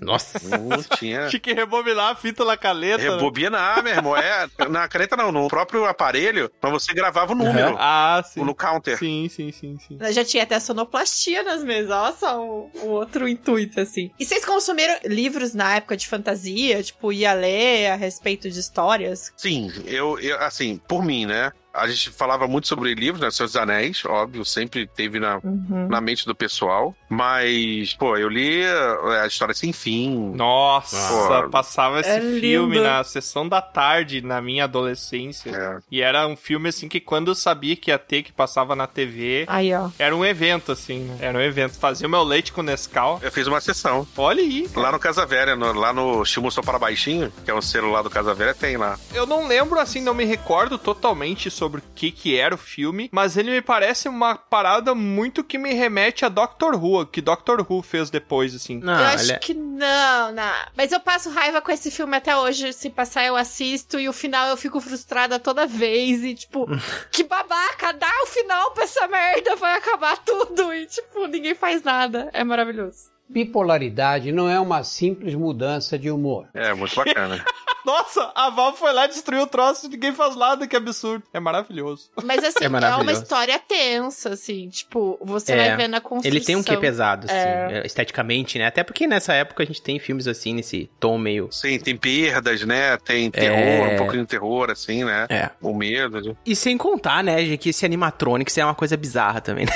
S2: Nossa.
S5: Não tinha.
S3: Tinha que rebobinar a fita na caleta. né?
S5: Rebobinar, meu irmão. É, na caneta não, no próprio aparelho, mas você gravava o número.
S3: Uhum. Ah, sim.
S5: No counter.
S3: Sim, sim, sim, sim.
S1: Já tinha até sonoplastia nas mesas, olha só o, o outro intuito, assim. E vocês consumiram livros na época de fantasia? Tipo, ia ler a respeito de histórias?
S5: Sim, eu, eu- assim, por mim, né? A gente falava muito sobre livros, né? Seus Anéis, óbvio, sempre teve na,
S1: Uhum.
S5: na mente do pessoal. Mas, pô, eu li é, A História Sem Fim.
S3: Nossa,
S5: Pô.
S3: passava esse
S1: É
S3: filme
S1: lindo.
S3: na sessão da tarde, na minha adolescência.
S5: É.
S3: E era um filme, assim, que quando eu sabia que ia ter, que passava na TV,
S1: Aí, ó.
S3: era um evento, assim, né? Era um evento. Fazia o meu leite com Nescau.
S5: Eu fiz uma sessão.
S3: Olha aí.
S5: Lá no Casa Velha, no- lá no Estimulação para Baixinho, que é um celular do Casa Velha, tem lá.
S3: Eu não lembro, assim, não me recordo totalmente sobre o que que era o filme, mas ele me parece uma parada muito que me remete a Doctor Who, o que Doctor Who fez depois, assim.
S2: Não,
S1: eu acho
S2: ele é-
S1: que não, não. Mas eu passo raiva com esse filme até hoje. Se passar, eu assisto e o final eu fico frustrada toda vez. E tipo, que babaca, dá o final pra essa merda, vai acabar tudo. E tipo, ninguém faz nada. É maravilhoso.
S6: Bipolaridade não é uma simples mudança de humor.
S5: É, muito bacana.
S3: Nossa, a Val foi lá, destruiu o troço, ninguém faz nada, que absurdo. É maravilhoso.
S1: Mas assim,
S2: É
S1: é,
S2: maravilhoso.
S1: uma história tensa, assim. Tipo, você
S2: É,
S1: vai vendo a construção.
S2: Ele tem um quê pesado, assim,
S1: É.
S2: é, esteticamente, né? Até porque nessa época a gente tem filmes assim, nesse tom meio.
S5: Sim, tem perdas, né? Tem terror, um pouquinho de terror, assim, né?
S2: É.
S5: O medo. né?
S2: E sem contar, né, gente, que esse animatronics é uma coisa bizarra também, né?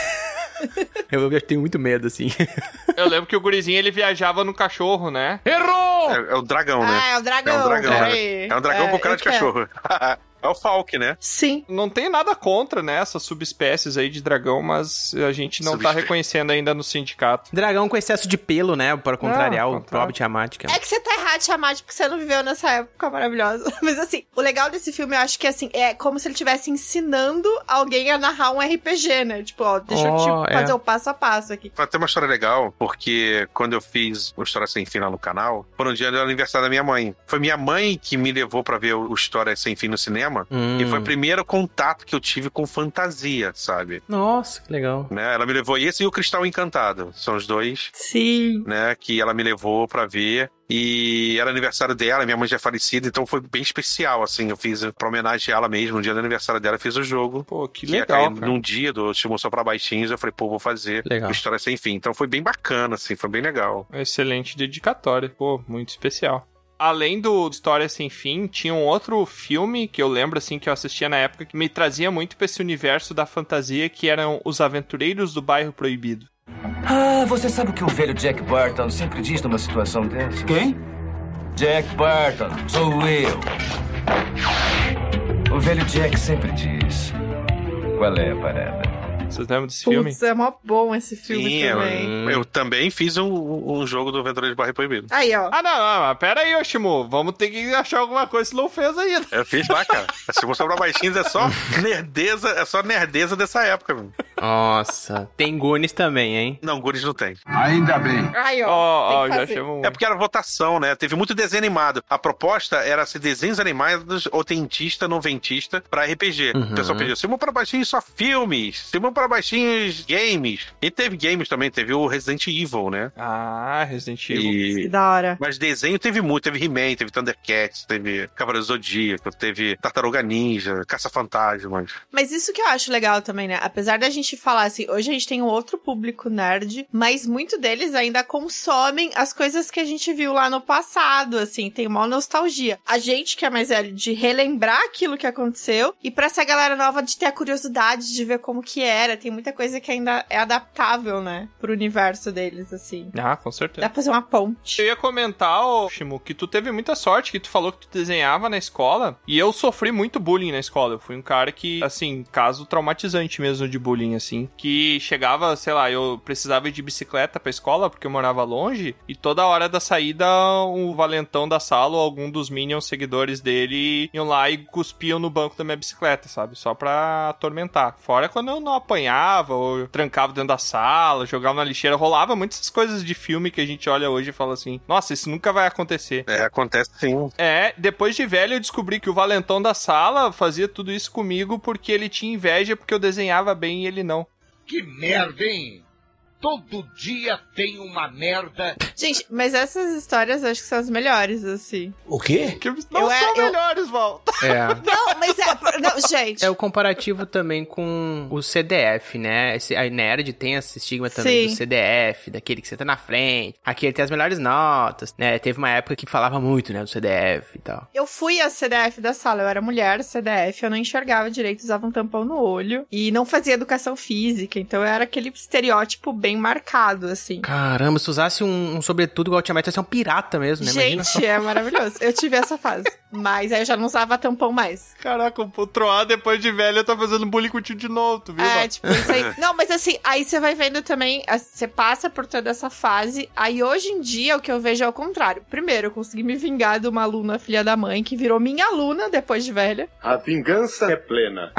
S2: Eu eu tenho muito medo, assim.
S3: Eu lembro que o gurizinho, ele viajava no cachorro, né?
S5: É, é o dragão, né?
S1: Ah, é o dragão.
S5: É um dragão,
S1: peraí.
S5: né? É um dragão com cara
S1: eu
S5: de
S1: quero.
S5: cachorro. É o Falk, né?
S1: Sim.
S3: Não tem nada contra, né, essas subespécies aí de dragão, mas a gente não tá
S2: Subespécie.
S3: reconhecendo ainda no sindicato.
S2: Dragão com excesso de pelo, né? Pra
S1: Ah,
S2: contrariar o próprio Tiamat. que é-
S1: É que você tá errado, Tiamat, porque você não viveu nessa época maravilhosa. Mas assim, o legal desse filme, eu acho que assim, é como se ele estivesse ensinando alguém a narrar um RPG, né? Tipo, ó, deixa eu
S5: Oh,
S1: te
S5: é.
S1: fazer o passo a passo aqui.
S5: Até uma história legal, porque quando eu fiz o História Sem Fim lá no canal, foi no dia do aniversário da minha mãe. Foi minha mãe que me levou pra ver o o História Sem Fim no cinema.
S2: Hum.
S5: E foi o primeiro contato que eu tive com fantasia, sabe?
S2: Nossa, que legal.
S5: Né? Ela me levou esse e o Cristal Encantado. São os dois.
S1: Sim.
S5: Né? Que ela me levou pra ver. E era aniversário dela, minha mãe já é falecida, então foi bem especial, assim. Eu fiz pra homenagear ela mesmo. No dia do aniversário dela, eu fiz o jogo.
S3: Pô, que é
S5: ia
S2: legal,
S5: cair
S2: cara.
S5: Num dia do Estimou Só Pra Baixinhos, eu falei, pô, vou fazer
S2: Legal.
S5: o História Sem Fim. Então foi bem bacana, assim, foi bem legal.
S3: Excelente dedicatória. Pô, muito especial. Além do História Sem Fim, tinha um outro filme que eu lembro, assim, que eu assistia na época, que me trazia muito pra esse universo da fantasia, que eram Os Aventureiros do Bairro Proibido.
S14: Ah, você sabe o que o velho Jack Burton sempre diz numa situação dessa? Quem? Jack Burton, sou eu. O velho Jack sempre diz. Qual é a parada?
S3: Vocês lembram desse
S1: Putz, é mó bom esse filme
S5: Sim, é um- eu,
S1: também.
S5: eu também fiz um, um jogo do Aventureiro de Barra Proibido.
S1: Aí, ó.
S3: Ah, não, não, mas pera aí, Oshimu. Vamos ter que achar alguma coisa que não fez ainda.
S5: Eu fiz lá, É, cara. Se mostrar pra baixinhos é só nerdeza, é só nerdeza dessa época, mano.
S2: Nossa. Tem Goonies também, hein?
S5: Não, Goonies não tem.
S2: Ainda bem.
S1: Ai,
S2: Ó,
S5: ó,
S2: ó, tem que já fazer. chama um.
S5: É porque era votação, né? Teve muito desenho animado. A proposta era ser desenhos animados oitentista, noventista pra RPG.
S2: Uhum.
S5: O pessoal pediu, Simão para baixinhos só filmes, Simão para baixinhos games. E teve games também, teve o Resident Evil, né?
S3: Ah, Resident
S5: Evil.
S1: Que da hora.
S5: Mas desenho teve muito, teve He-Man, teve Thundercats, teve Cavaleiro Zodíaco, teve Tartaruga Ninja, Caça-Fantasmas.
S1: Mas isso que eu acho legal também, né? Apesar da gente falar assim, hoje a gente tem um outro público nerd, mas muito deles ainda consomem as coisas que a gente viu lá no passado, assim, tem maior nostalgia. A gente que é mais velho de relembrar aquilo que aconteceu e pra essa galera nova de ter a curiosidade de ver como que era, tem muita coisa que ainda é adaptável, né, pro universo deles assim.
S3: Ah, com certeza.
S1: Dá pra fazer uma ponte.
S3: Eu ia comentar, ô, Shimu, que tu teve muita sorte, que tu falou que tu desenhava na escola, e eu sofri muito bullying na escola. Eu fui um cara que, assim, caso traumatizante mesmo de bullying, assim, que chegava, sei lá, eu precisava ir de bicicleta pra escola, porque eu morava longe, e toda hora da saída, o um valentão da sala ou algum dos minions seguidores dele iam lá e cuspiam no banco da minha bicicleta, sabe? Só pra atormentar. Fora quando eu não apanhava, ou eu trancava dentro da sala, jogava na lixeira, rolava muitas essas coisas de filme que a gente olha hoje e fala assim: nossa, isso nunca vai acontecer.
S5: É, acontece sim.
S3: É, depois de velho eu descobri que o valentão da sala fazia tudo isso comigo porque ele tinha inveja porque eu desenhava bem e ele não.
S4: Que merda, hein? Todo dia tem uma merda.
S1: Gente, mas essas histórias eu acho que são as melhores assim.
S2: O quê?
S3: Não são melhores, Val.
S2: É.
S1: Não, mas é, não, gente.
S2: É o comparativo também com o CDF, né? Esse, a Nerd tem esse estigma também
S1: Sim.
S2: do CDF, daquele que você tá na frente. Aquele tem as melhores notas, né? Teve uma época que falava muito, né, do CDF e tal.
S1: Eu fui a CDF da sala, eu era mulher CDF, eu não enxergava direito, usava um tampão no olho e não fazia educação física, então eu era aquele estereótipo bem marcado, assim.
S2: Caramba, se usasse um, um sobretudo igual o Tiamat, ia ser um pirata mesmo, né? Imagina só.
S1: Gente, é maravilhoso. Eu tive essa fase, mas aí eu já não usava tampão mais.
S3: Caraca, o Troá, depois de velho, tá fazendo bullying contigo de novo, tu viu?
S1: É,
S3: Val?
S1: tipo, isso aí. Não, mas assim, aí você vai vendo também, a- você passa por toda essa fase. Aí hoje em dia o que eu vejo é o contrário. Primeiro, eu consegui me vingar de uma aluna filha da mãe que virou minha aluna depois de velha.
S15: A vingança é plena.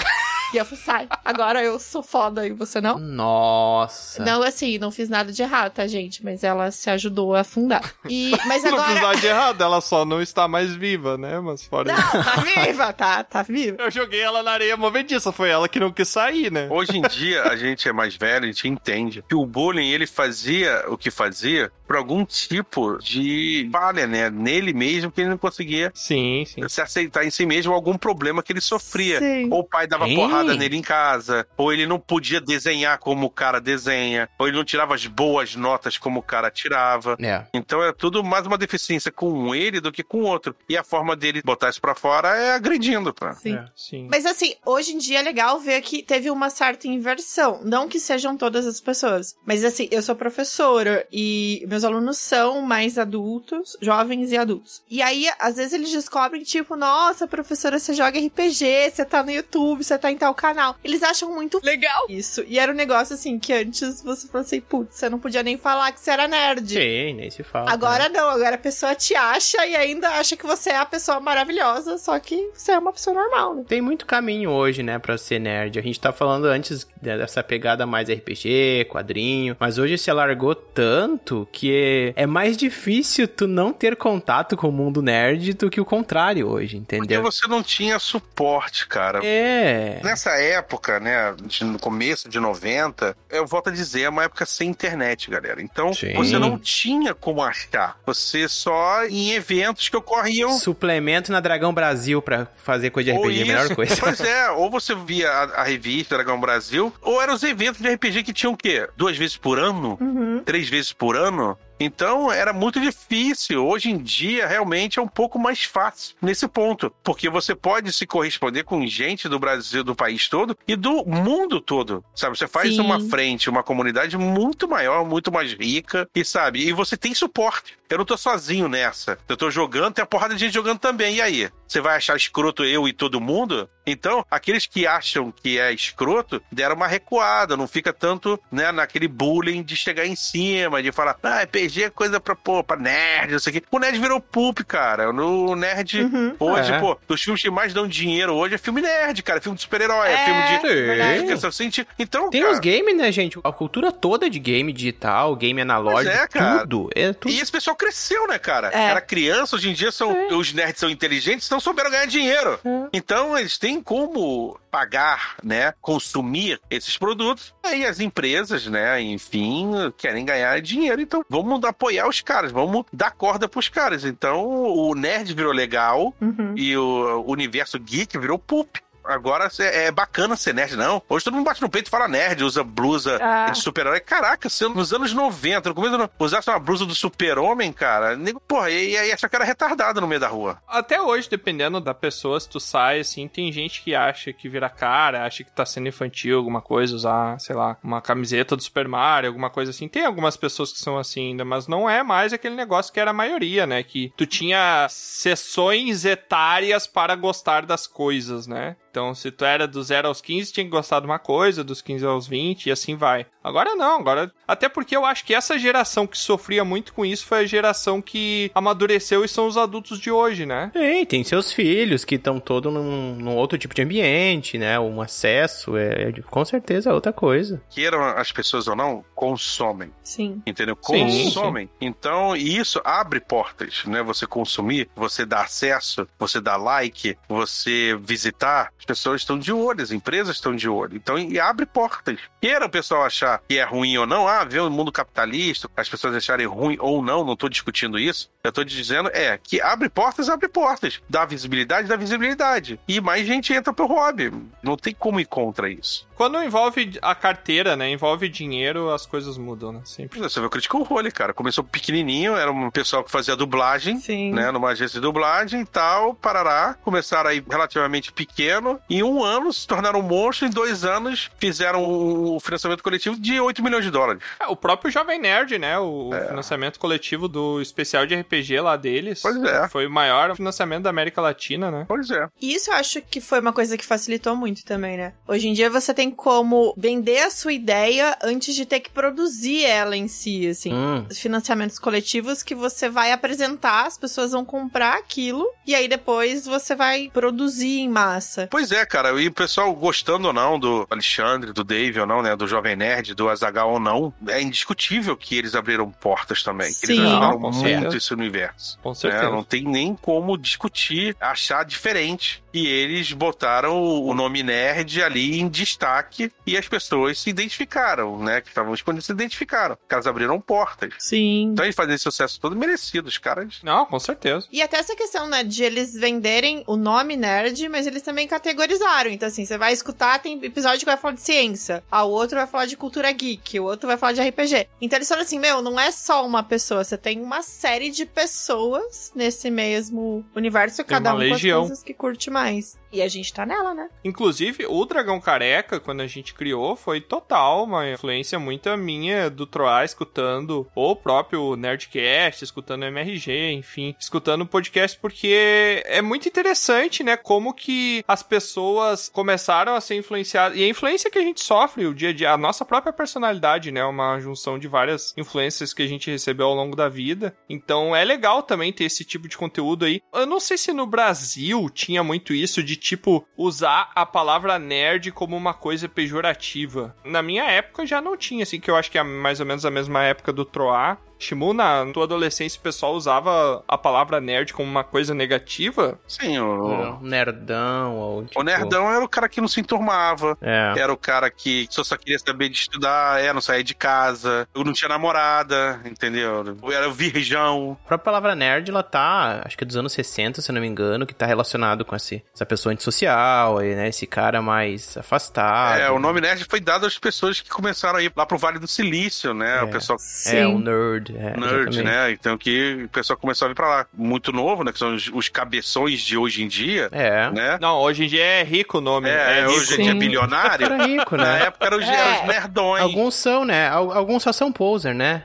S1: E eu falei, sai, agora eu sou foda e você não?
S2: Nossa.
S1: Não, assim, não fiz nada de errado, tá, gente? Mas ela se ajudou a afundar. E, mas
S3: Não fiz
S1: agora.
S3: nada de errado, ela só não está mais viva, né? Mas fora isso.
S1: tá viva, tá, tá viva.
S3: Eu joguei ela na areia movediça, foi ela que não quis sair, né?
S5: Hoje em dia, a gente é mais velho, a gente entende que o bullying, ele fazia o que fazia por algum tipo de falha, né? Nele mesmo, que ele não conseguia
S3: sim, sim.
S5: se aceitar em si mesmo algum problema que ele sofria.
S1: Sim.
S5: Ou o pai dava
S2: Sim.
S5: porrada nele em casa, ou ele não podia desenhar como o cara desenha, ou ele não tirava as boas notas como o cara tirava.
S2: É.
S5: Então é tudo mais uma deficiência com ele do que com o outro. E a forma dele botar isso pra fora é agredindo, pá.
S1: Sim.
S3: É, sim.
S1: Mas assim, hoje em dia é legal ver que teve uma certa inversão. Não que sejam todas as pessoas, mas assim, eu sou professora e meus meus alunos são mais adultos, jovens e adultos. E aí, às vezes, eles descobrem, tipo, nossa, professora, você joga RPG, você tá no YouTube, você tá em tal canal. Eles acham muito legal isso. E era um negócio assim que antes você falou assim, putz, você não podia nem falar que você era nerd.
S2: Sim, nem se fala.
S1: Agora não, agora a pessoa te acha e ainda acha que você é a pessoa maravilhosa, só que você é uma pessoa normal, né?
S2: Tem muito caminho hoje, né, pra ser nerd. A gente tá falando antes dessa pegada mais RPG, quadrinho, mas hoje se alargou tanto que é mais difícil tu não ter contato com o mundo nerd do que o contrário hoje,
S5: Porque
S2: entendeu?
S5: você não tinha suporte, cara.
S2: É.
S5: Nessa época, né, de- no começo de 90, eu volto a dizer, é uma época sem internet, galera. Então, você não tinha como achar. Você só em eventos que ocorriam.
S2: Suplemento na Dragão Brasil pra fazer coisa de RPG, é a melhor coisa.
S5: Pois é, ou você via a, a revista Dragão Brasil, ou eram os eventos de RPG que tinham o quê? Duas vezes por ano? Três vezes por ano? Então era muito difícil. Hoje em dia, realmente é um pouco mais fácil nesse ponto. Porque você pode se corresponder com gente do Brasil, do país todo e do mundo todo. Sabe? Você faz
S16: Sim.
S5: uma frente, uma comunidade muito maior, muito mais rica, e sabe? E você tem suporte. Eu não tô sozinho nessa. Eu tô jogando, tem a porrada de gente jogando também. E aí? Você vai achar escroto eu e todo mundo? Então, aqueles que acham que é escroto deram uma recuada, não fica tanto né, naquele bullying de chegar em cima, de falar, ah, RPG é coisa pra, pô, pra nerd, não sei o quê. O nerd virou pulp, cara. O nerd
S2: Uhum.
S5: hoje,
S16: É.
S5: pô, dos filmes que mais dão dinheiro hoje é filme nerd, cara. É filme de super-herói, é,
S2: É,
S5: filme de.
S2: verdade.
S5: de ficção científica. Então,
S2: Tem os games, né, gente? A cultura toda de game digital, game analógico,
S5: Pois é, cara.
S2: tudo. É tudo.
S5: E esse pessoal cresceu, né, cara?
S2: É.
S5: Era criança, hoje em dia são, os nerds são inteligentes, não souberam ganhar dinheiro.
S2: É.
S5: Então eles têm como pagar, né, consumir esses produtos. Aí as empresas, né, enfim, querem ganhar dinheiro, então vamos apoiar os caras, vamos dar corda pros caras. Então o nerd virou legal
S2: Hum.
S5: e o universo geek virou poop. Agora cê- é bacana ser nerd, não. Hoje todo mundo bate no peito e fala nerd, usa blusa
S2: É.
S16: Ah.
S5: de super-herói. Caraca, se eu- nos anos 90, no começo, do ano- usasse uma blusa do super-homem, cara, nego, porra, e aí achar que era retardado no meio da rua.
S3: Até hoje, dependendo da pessoa, se tu sai, assim, tem gente que acha que vira cara, acha que tá sendo infantil, alguma coisa, usar, sei lá, uma camiseta do Super Mario, alguma coisa assim. Tem algumas pessoas que são assim ainda, mas não é mais aquele negócio que era a maioria, né? Que tu tinha sessões etárias para gostar das coisas, né? Então, se tu era do 0 aos 15, tinha que gostar de uma coisa, dos 15 aos 20 e assim vai. Agora não, agora. Até porque eu acho que essa geração que sofria muito com isso foi a geração que amadureceu e são os adultos de hoje, né?
S2: Tem, tem seus filhos que estão todo num, num outro tipo de ambiente, né? Um acesso, é, é de- com certeza é outra coisa.
S5: Queiram as pessoas ou não, consomem.
S1: Sim.
S5: Entendeu?
S2: Sim,
S5: Consomem. Então, e isso abre portas, né? Você consumir, você dá acesso, você dá like, você visitar. As pessoas estão de olho, as empresas estão de olho. Então, e abre portas. Queira o pessoal achar que é ruim ou não, ah, ver o mundo capitalista, as pessoas acharem ruim ou não, não tô discutindo isso. Eu tô dizendo, é, que abre portas, abre portas. Dá visibilidade, dá visibilidade. E mais gente entra pro hobby. Não tem como ir contra isso.
S3: Quando envolve a carteira, né? Envolve dinheiro, as coisas mudam, né? Sempre.
S5: Você vê o Critical Role, cara. Começou pequenininho, era um pessoal que fazia dublagem, né? Numa agência de dublagem e tal, parará. Começaram aí relativamente pequeno. Em um ano se tornaram um monstro, em dois anos fizeram o o financiamento coletivo de 8 milhões de dólares.
S3: É, o próprio Jovem Nerd, né? O
S5: É.
S3: financiamento coletivo do especial de RPG lá deles. Pois
S5: é.
S3: Foi o maior financiamento da América Latina, né?
S5: Pois é.
S1: E isso eu acho que foi uma coisa que facilitou muito também, né? Hoje em dia você tem como vender a sua ideia antes de ter que produzir ela em si, assim.
S2: Hum.
S1: Os financiamentos coletivos que você vai apresentar, as pessoas vão comprar aquilo e aí depois você vai produzir em massa.
S5: Pois é, cara, e o pessoal gostando ou não do Alexandre, do Dave ou não, né, do Jovem Nerd, do Azagal ou não, é indiscutível que eles abriram portas também. que Eles
S16: Sim.
S5: ajudaram
S16: Não, com
S5: muito
S16: certeza.
S5: esse universo.
S3: Com
S16: certeza.
S5: É, Não tem nem como discutir, achar diferente. E eles botaram o o nome nerd ali em destaque e as pessoas se identificaram, né, que estavam escondidas, se identificaram. Os caras abriram portas.
S1: Sim.
S5: Então eles fazem esse sucesso todo merecido, os caras.
S3: Não, com certeza.
S1: E até essa questão, né, de eles venderem o nome nerd, mas eles também categorizaram. Então, assim, você vai escutar, tem episódio que vai falar de ciência, ah, o outro vai falar de cultura geek, o outro vai falar de RPG. Então eles falaram assim, meu, não é só uma pessoa, você tem uma série de pessoas nesse mesmo universo,
S3: Tem
S1: cada
S3: uma
S1: um com as
S3: legião.
S1: coisas que curte mais. E a gente tá nela, né?
S3: Inclusive, o Dragão Careca, quando a gente criou, foi total uma influência muito minha do Troar escutando o próprio Nerdcast, escutando o MRG, enfim, escutando o podcast, porque é muito interessante, né? Como que as pessoas começaram a ser influenciadas. E a influência que a gente sofre o dia a dia, a nossa própria personalidade, né? Uma junção de várias influências que a gente recebeu ao longo da vida. Então é legal também ter esse tipo de conteúdo aí. Eu não sei se no Brasil tinha muito isso de tipo usar a palavra nerd como uma coisa pejorativa. Na minha época já não tinha, assim, que eu acho que é mais ou menos a mesma época do Troar. Shimu, na tua adolescência, o pessoal usava a palavra nerd como uma coisa negativa?
S5: Sim, o-
S2: Um nerdão ou tipo...
S5: O nerdão era o cara que não se enturmava.
S2: É.
S5: Era o cara que só, só queria saber de estudar, é, não saía de casa, eu não tinha namorada, entendeu? Eu era o virgão.
S2: A própria palavra nerd, ela tá, acho que é dos anos 60, se eu não me engano, que tá relacionado com esse, essa pessoa antissocial, e, né, esse cara mais afastado.
S5: é, o nome nerd foi dado às pessoas que começaram a ir lá pro Vale do Silício, né? o pessoal.
S2: É, o nerd. É,
S5: Nerd,
S2: exatamente.
S5: né? Então que o pessoal começou a vir pra lá. Muito novo, né? Que são os, os cabeções de hoje em dia.
S2: É.
S5: Né?
S3: Não, hoje em dia é rico o nome.
S5: É,
S3: é
S5: hoje
S2: rico.
S5: em dia é
S2: Sim.
S5: bilionário.
S2: Era rico, né?
S5: Na época era os, era os nerdões.
S2: Alguns são, né? Al- Alguns só são poser, né?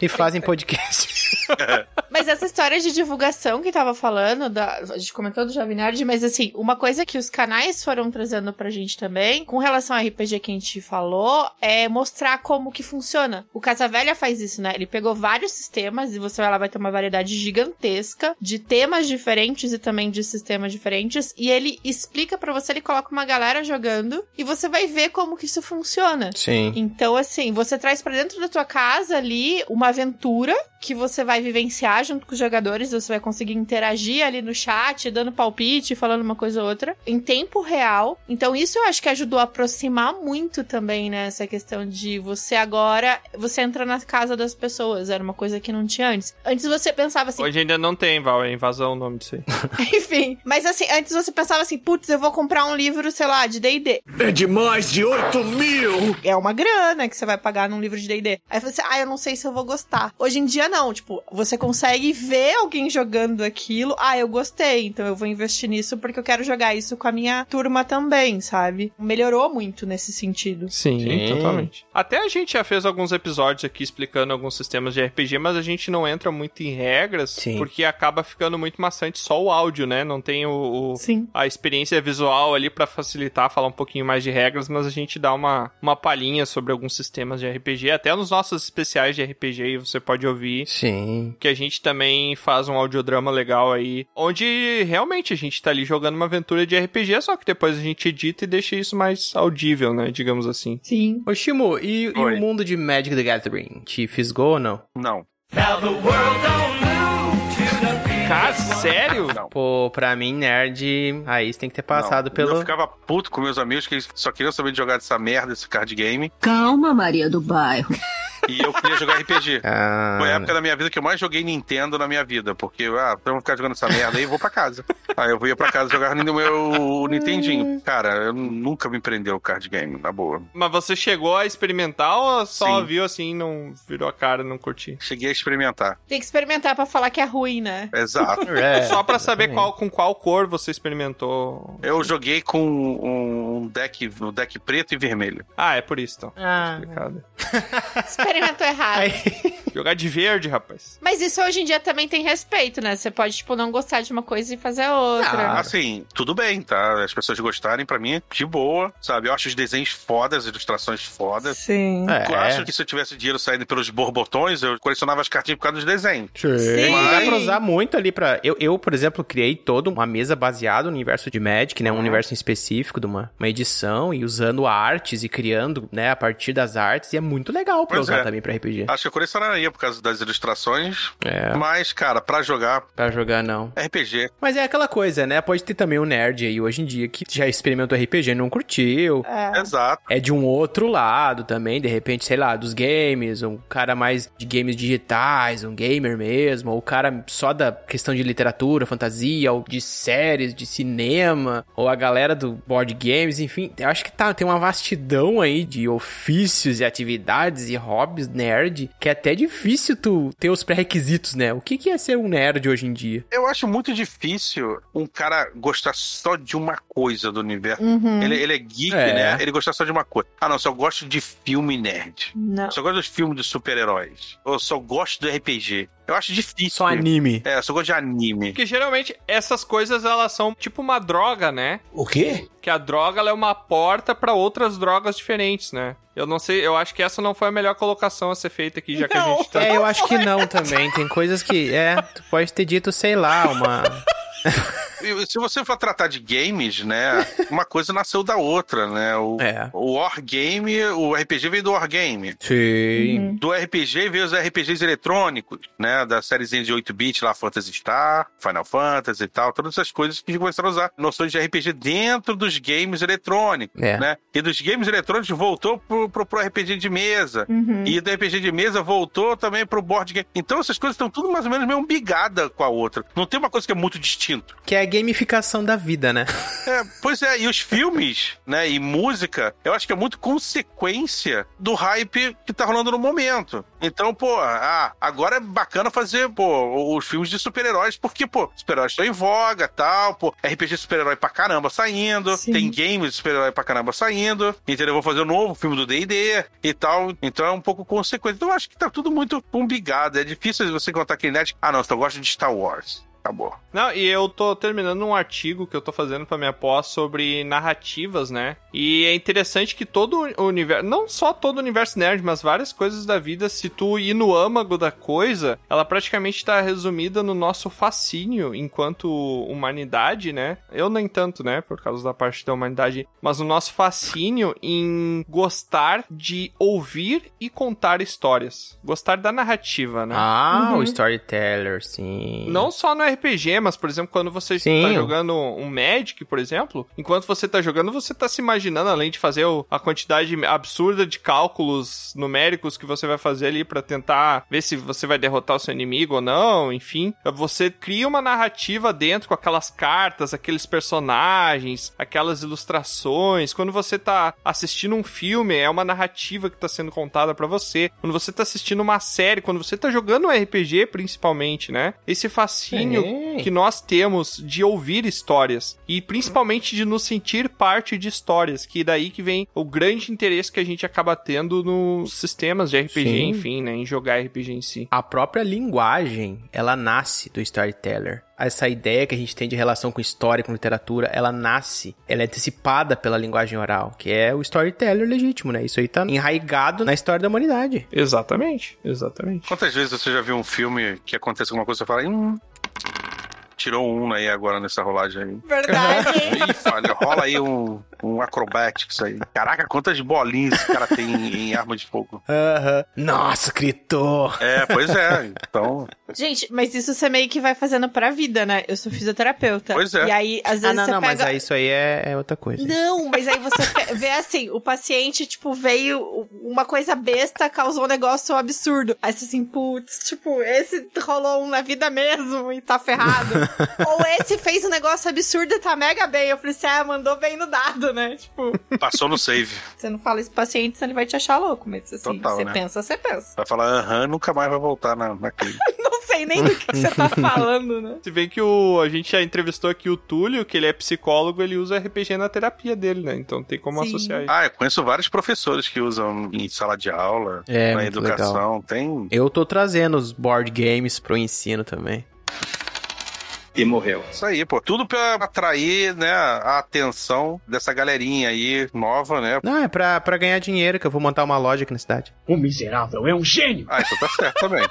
S2: e fazem podcast.
S1: Mas essa história de divulgação que tava falando, da- a gente comentou do Jovem Nerd, mas assim, uma coisa que os canais foram trazendo pra gente também, com relação ao RPG que a gente falou, é mostrar como que funciona. O Casa Velha faz isso, né? Ele pegou vários sistemas e você vai lá, vai ter uma variedade gigantesca de temas diferentes e também de sistemas diferentes, e ele explica pra você, ele coloca uma galera jogando, e você vai ver como que isso funciona.
S2: Sim.
S1: Então, assim, você traz pra dentro da tua casa ali uma aventura que você vai vivenciar junto com os jogadores, você vai conseguir interagir ali no chat, dando palpite, falando uma coisa ou outra, em tempo real. Então, isso eu acho que ajudou a aproximar muito também, né? Essa questão de você agora, você entra na casa das pessoas, era uma coisa que não tinha antes. Antes você pensava assim,
S3: Hoje ainda não tem, Val, é invasão o nome disso aí.
S1: enfim, mas assim, antes você pensava assim, putz, eu vou comprar um livro, sei lá, de D&D.
S11: É de mais de 8 mil!
S1: É uma grana que você vai pagar num livro de D&D. Aí você, ah, eu não sei se eu vou gostar. Hoje em dia, não. Tipo, você consegue ver alguém jogando aquilo. Ah, eu gostei, então eu vou investir nisso porque eu quero jogar isso com a minha turma também, sabe? Melhorou muito nesse sentido.
S3: Sim, totalmente. Até a gente já fez alguns episódios aqui explicando alguns sistemas de RPG, mas a gente não entra muito em regras, porque acaba ficando muito maçante só o áudio, né? Não tem o, o- a experiência visual ali pra facilitar, falar um pouquinho mais de regras, mas a gente dá uma, uma palhinha sobre alguns sistemas de RPG, até nos nossos especiais de RPG aí você pode ouvir.
S2: Sim.
S3: Que a gente também faz um audiodrama legal aí, onde realmente a gente tá ali jogando uma aventura de RPG, só que depois a gente edita e deixa isso mais audível, né? Digamos assim.
S1: Sim.
S2: Ô, Shimu, e, e
S3: Oi.
S2: o mundo de Magic the Gathering? Te fisgou ou não?
S5: Não.
S3: Cara,
S5: é?
S3: sério?
S2: Pô, pra mim, nerd, aí você tem que ter passado
S5: Não.
S2: pelo...
S5: Eu ficava puto com meus amigos que eles só queriam saber de jogar dessa merda, esse card game.
S11: Calma, Maria do Bairro.
S5: E eu queria jogar RPG. Foi
S2: Ah,
S5: a época da minha vida que eu mais joguei Nintendo na minha vida. Porque, ah, então eu vou ficar jogando essa merda aí, eu vou pra casa. aí eu ia pra casa jogar no meu Nintendinho. Cara, eu nunca me prendeu o card game, na boa.
S3: Mas você chegou a experimentar ou só
S5: Sim.
S3: viu assim, não virou a cara, não curti?
S5: Cheguei a experimentar.
S1: Tem que experimentar pra falar que é ruim, né?
S5: Exato.
S3: É, Só pra saber qual, com qual cor você experimentou.
S5: Eu joguei com um um deck, um deck preto e vermelho.
S3: Ah, é por isso então.
S1: Ah.
S3: Explicado.
S1: Experimentou errado.
S3: Jogar de verde, rapaz.
S1: Mas isso hoje em dia também tem respeito, né? Você pode, tipo, não gostar de uma coisa e fazer outra.
S5: Assim, tudo bem, tá? As pessoas gostarem, pra mim, é de boa, sabe? Eu acho os desenhos fodas, as ilustrações fodas.
S1: Sim.
S2: é.
S5: Eu acho que se eu tivesse dinheiro saindo pelos borbotões, eu colecionava as cartinhas por causa dos desenhos.
S2: Sim.
S5: Mas-
S2: Dá pra usar muito ali pra... Eu, eu, por exemplo, criei toda uma mesa baseada no universo de Magic,
S5: Uhum.
S2: né? Um universo em específico de uma, uma edição e usando artes e criando, né? A partir das artes. E é muito legal pra
S5: Pois
S2: usar
S5: é.
S2: também pra RPG.
S5: Acho que eu colecionaria por causa das ilustrações.
S2: É.
S5: Mas, cara, pra jogar,
S2: Pra jogar, não.
S5: RPG.
S2: Mas é aquela coisa, né? Pode ter também um nerd aí hoje em dia que já experimentou RPG e não curtiu.
S1: É.
S5: Exato.
S2: É de um outro lado também, de repente, sei lá, dos games, um cara mais de games digitais, um gamer mesmo, ou o cara só da questão de literatura, fantasia, ou de séries, de cinema, ou a galera do board games, enfim. Eu acho que tá, tem uma vastidão aí de ofícios e atividades e hobbies nerd que é até difícil difícil tu ter os pré-requisitos, né? O que que é ser um nerd hoje em dia?
S5: Eu acho muito difícil um cara gostar só de uma coisa do universo.
S1: Uhum.
S5: Ele, ele é geek,
S1: É.
S5: né? Ele gostar só de uma coisa. Ah, não, só gosto de filme nerd.
S1: Não.
S5: Só gosto dos filmes de super-heróis. Ou só gosto do RPG. Eu acho difícil.
S2: Só anime.
S5: É, eu só gosto de anime.
S3: Porque geralmente essas coisas elas são tipo uma droga, né?
S5: O quê?
S3: Que a droga ela é uma porta pra outras drogas diferentes, né? Eu não sei, eu acho que essa não foi a melhor colocação a ser feita aqui, já que a gente tá.
S2: É, eu acho que não também. Tem coisas que, é, tu pode ter dito, sei lá, uma...
S5: E Se você for tratar de games, né? Uma coisa nasceu da outra, né? O,
S2: É.
S5: o Wargame, o RPG veio do Wargame.
S2: Sim.
S5: Do RPG veio os RPGs eletrônicos, né? Da sériezinha de 8-bit lá, Phantasy Star, Final Fantasy e tal. Todas essas coisas que a gente começaram a usar noções de RPG dentro dos games eletrônicos,
S2: É.
S5: né? E dos games eletrônicos voltou pro, pro, pro RPG de mesa.
S16: Uhum.
S5: E do RPG de mesa voltou também pro board game. Então essas coisas estão tudo mais ou menos meio umbigada com a outra. Não tem uma coisa que é muito distinto.
S2: Que é a gamificação da vida, né?
S5: É, pois é, e os filmes, né, e música, eu acho que é muito consequência do hype que tá rolando no momento. Então, pô, ah, agora é bacana fazer, pô, os filmes de super-heróis, porque, pô, super-heróis estão em voga, tal, pô, RPG de super-herói pra caramba saindo, tem games de super-herói pra caramba saindo, entendeu? Vou fazer um novo filme do D&D e tal, então é um pouco consequência. Então eu acho que tá tudo muito umbigado, é difícil você encontrar aquele net, ah, não, eu só gosto de Star Wars. Acabou.
S3: Não, e eu tô terminando um artigo que eu tô fazendo pra minha pós sobre narrativas, né? E é interessante que todo o universo, não só todo o universo nerd, mas várias coisas da vida, se tu ir no âmago da coisa, ela praticamente tá resumida no nosso fascínio enquanto humanidade, né? Eu nem tanto, né, por causa da parte da humanidade, mas o nosso fascínio em gostar de ouvir e contar histórias, gostar da narrativa, né?
S2: Ah,
S1: Uhum.
S2: o storyteller, sim.
S3: Não só no RPG, mas, por exemplo, quando você
S2: Sim.
S3: tá jogando um Magic, por exemplo, enquanto você tá jogando, você tá se imaginando, além de fazer o- a quantidade absurda de cálculos numéricos que você vai fazer ali pra tentar ver se você vai derrotar o seu inimigo ou não, enfim. Você cria uma narrativa dentro com aquelas cartas, aqueles personagens, aquelas ilustrações. Quando você tá assistindo um filme, é uma narrativa que tá sendo contada pra você. Quando você tá assistindo uma série, quando você tá jogando um RPG, principalmente, né? Esse fascínio
S2: Sim.
S3: que nós temos de ouvir histórias e principalmente de nos sentir parte de histórias, que daí que vem o grande interesse que a gente acaba tendo nos sistemas de RPG,
S2: Sim.
S3: enfim, né, em jogar RPG em si.
S2: A própria linguagem, ela nasce do storyteller. Essa ideia que a gente tem de relação com história, com literatura, ela nasce, ela é antecipada pela linguagem oral, que é o storyteller legítimo, né? Isso aí tá enraigado na história da humanidade.
S3: Exatamente, exatamente.
S5: Quantas vezes você já viu um filme que acontece alguma coisa e você fala, hum, tirou um aí agora nessa rolagem aí? Verdade. Olha, rola aí um, um acrobatics aí. Caraca, quantas bolinhas esse cara tem em, em arma de fogo.
S2: Aham. Nossa, gritou!
S5: É, pois é. Então,
S1: Gente, mas isso você meio que vai fazendo pra vida, né? Eu sou fisioterapeuta.
S2: Pois é.
S1: E aí, às vezes
S2: ah, não,
S1: você
S2: não,
S1: pega...
S2: mas aí isso aí é, é outra coisa.
S1: Não, mas aí você fe- vê assim, o paciente, tipo, veio uma coisa besta, causou um negócio absurdo. Aí você assim, putz, tipo, esse rolou um na vida mesmo e tá ferrado. Ou esse fez um negócio absurdo e tá mega bem. Eu falei assim, ah, mandou bem no dado, né? Tipo,
S5: passou no save.
S1: você não fala isso pro paciente, senão ele vai te achar louco. Mas assim,
S5: Total,
S1: você
S5: né?
S1: pensa, você pensa.
S5: Vai falar, aham, nunca mais vai voltar na, na clínica.
S1: Não sei nem do que que você tá falando, né?
S3: Se bem que o, a gente já entrevistou aqui o Túlio, que ele é psicólogo, ele usa RPG na terapia dele, né? Então tem como
S1: Sim.
S3: associar isso.
S5: Ah, eu conheço vários professores que usam em sala de aula,
S2: É,
S5: na
S2: muito
S5: educação.
S2: legal.
S5: Tem.
S2: Eu tô trazendo os board games pro ensino também.
S5: E morreu. Isso aí, pô. Tudo pra atrair, né, a atenção dessa galerinha aí nova, né?
S2: Não, é pra, pra ganhar dinheiro que eu vou montar uma loja aqui na cidade.
S5: O miserável é um gênio. Ah, isso tá certo também.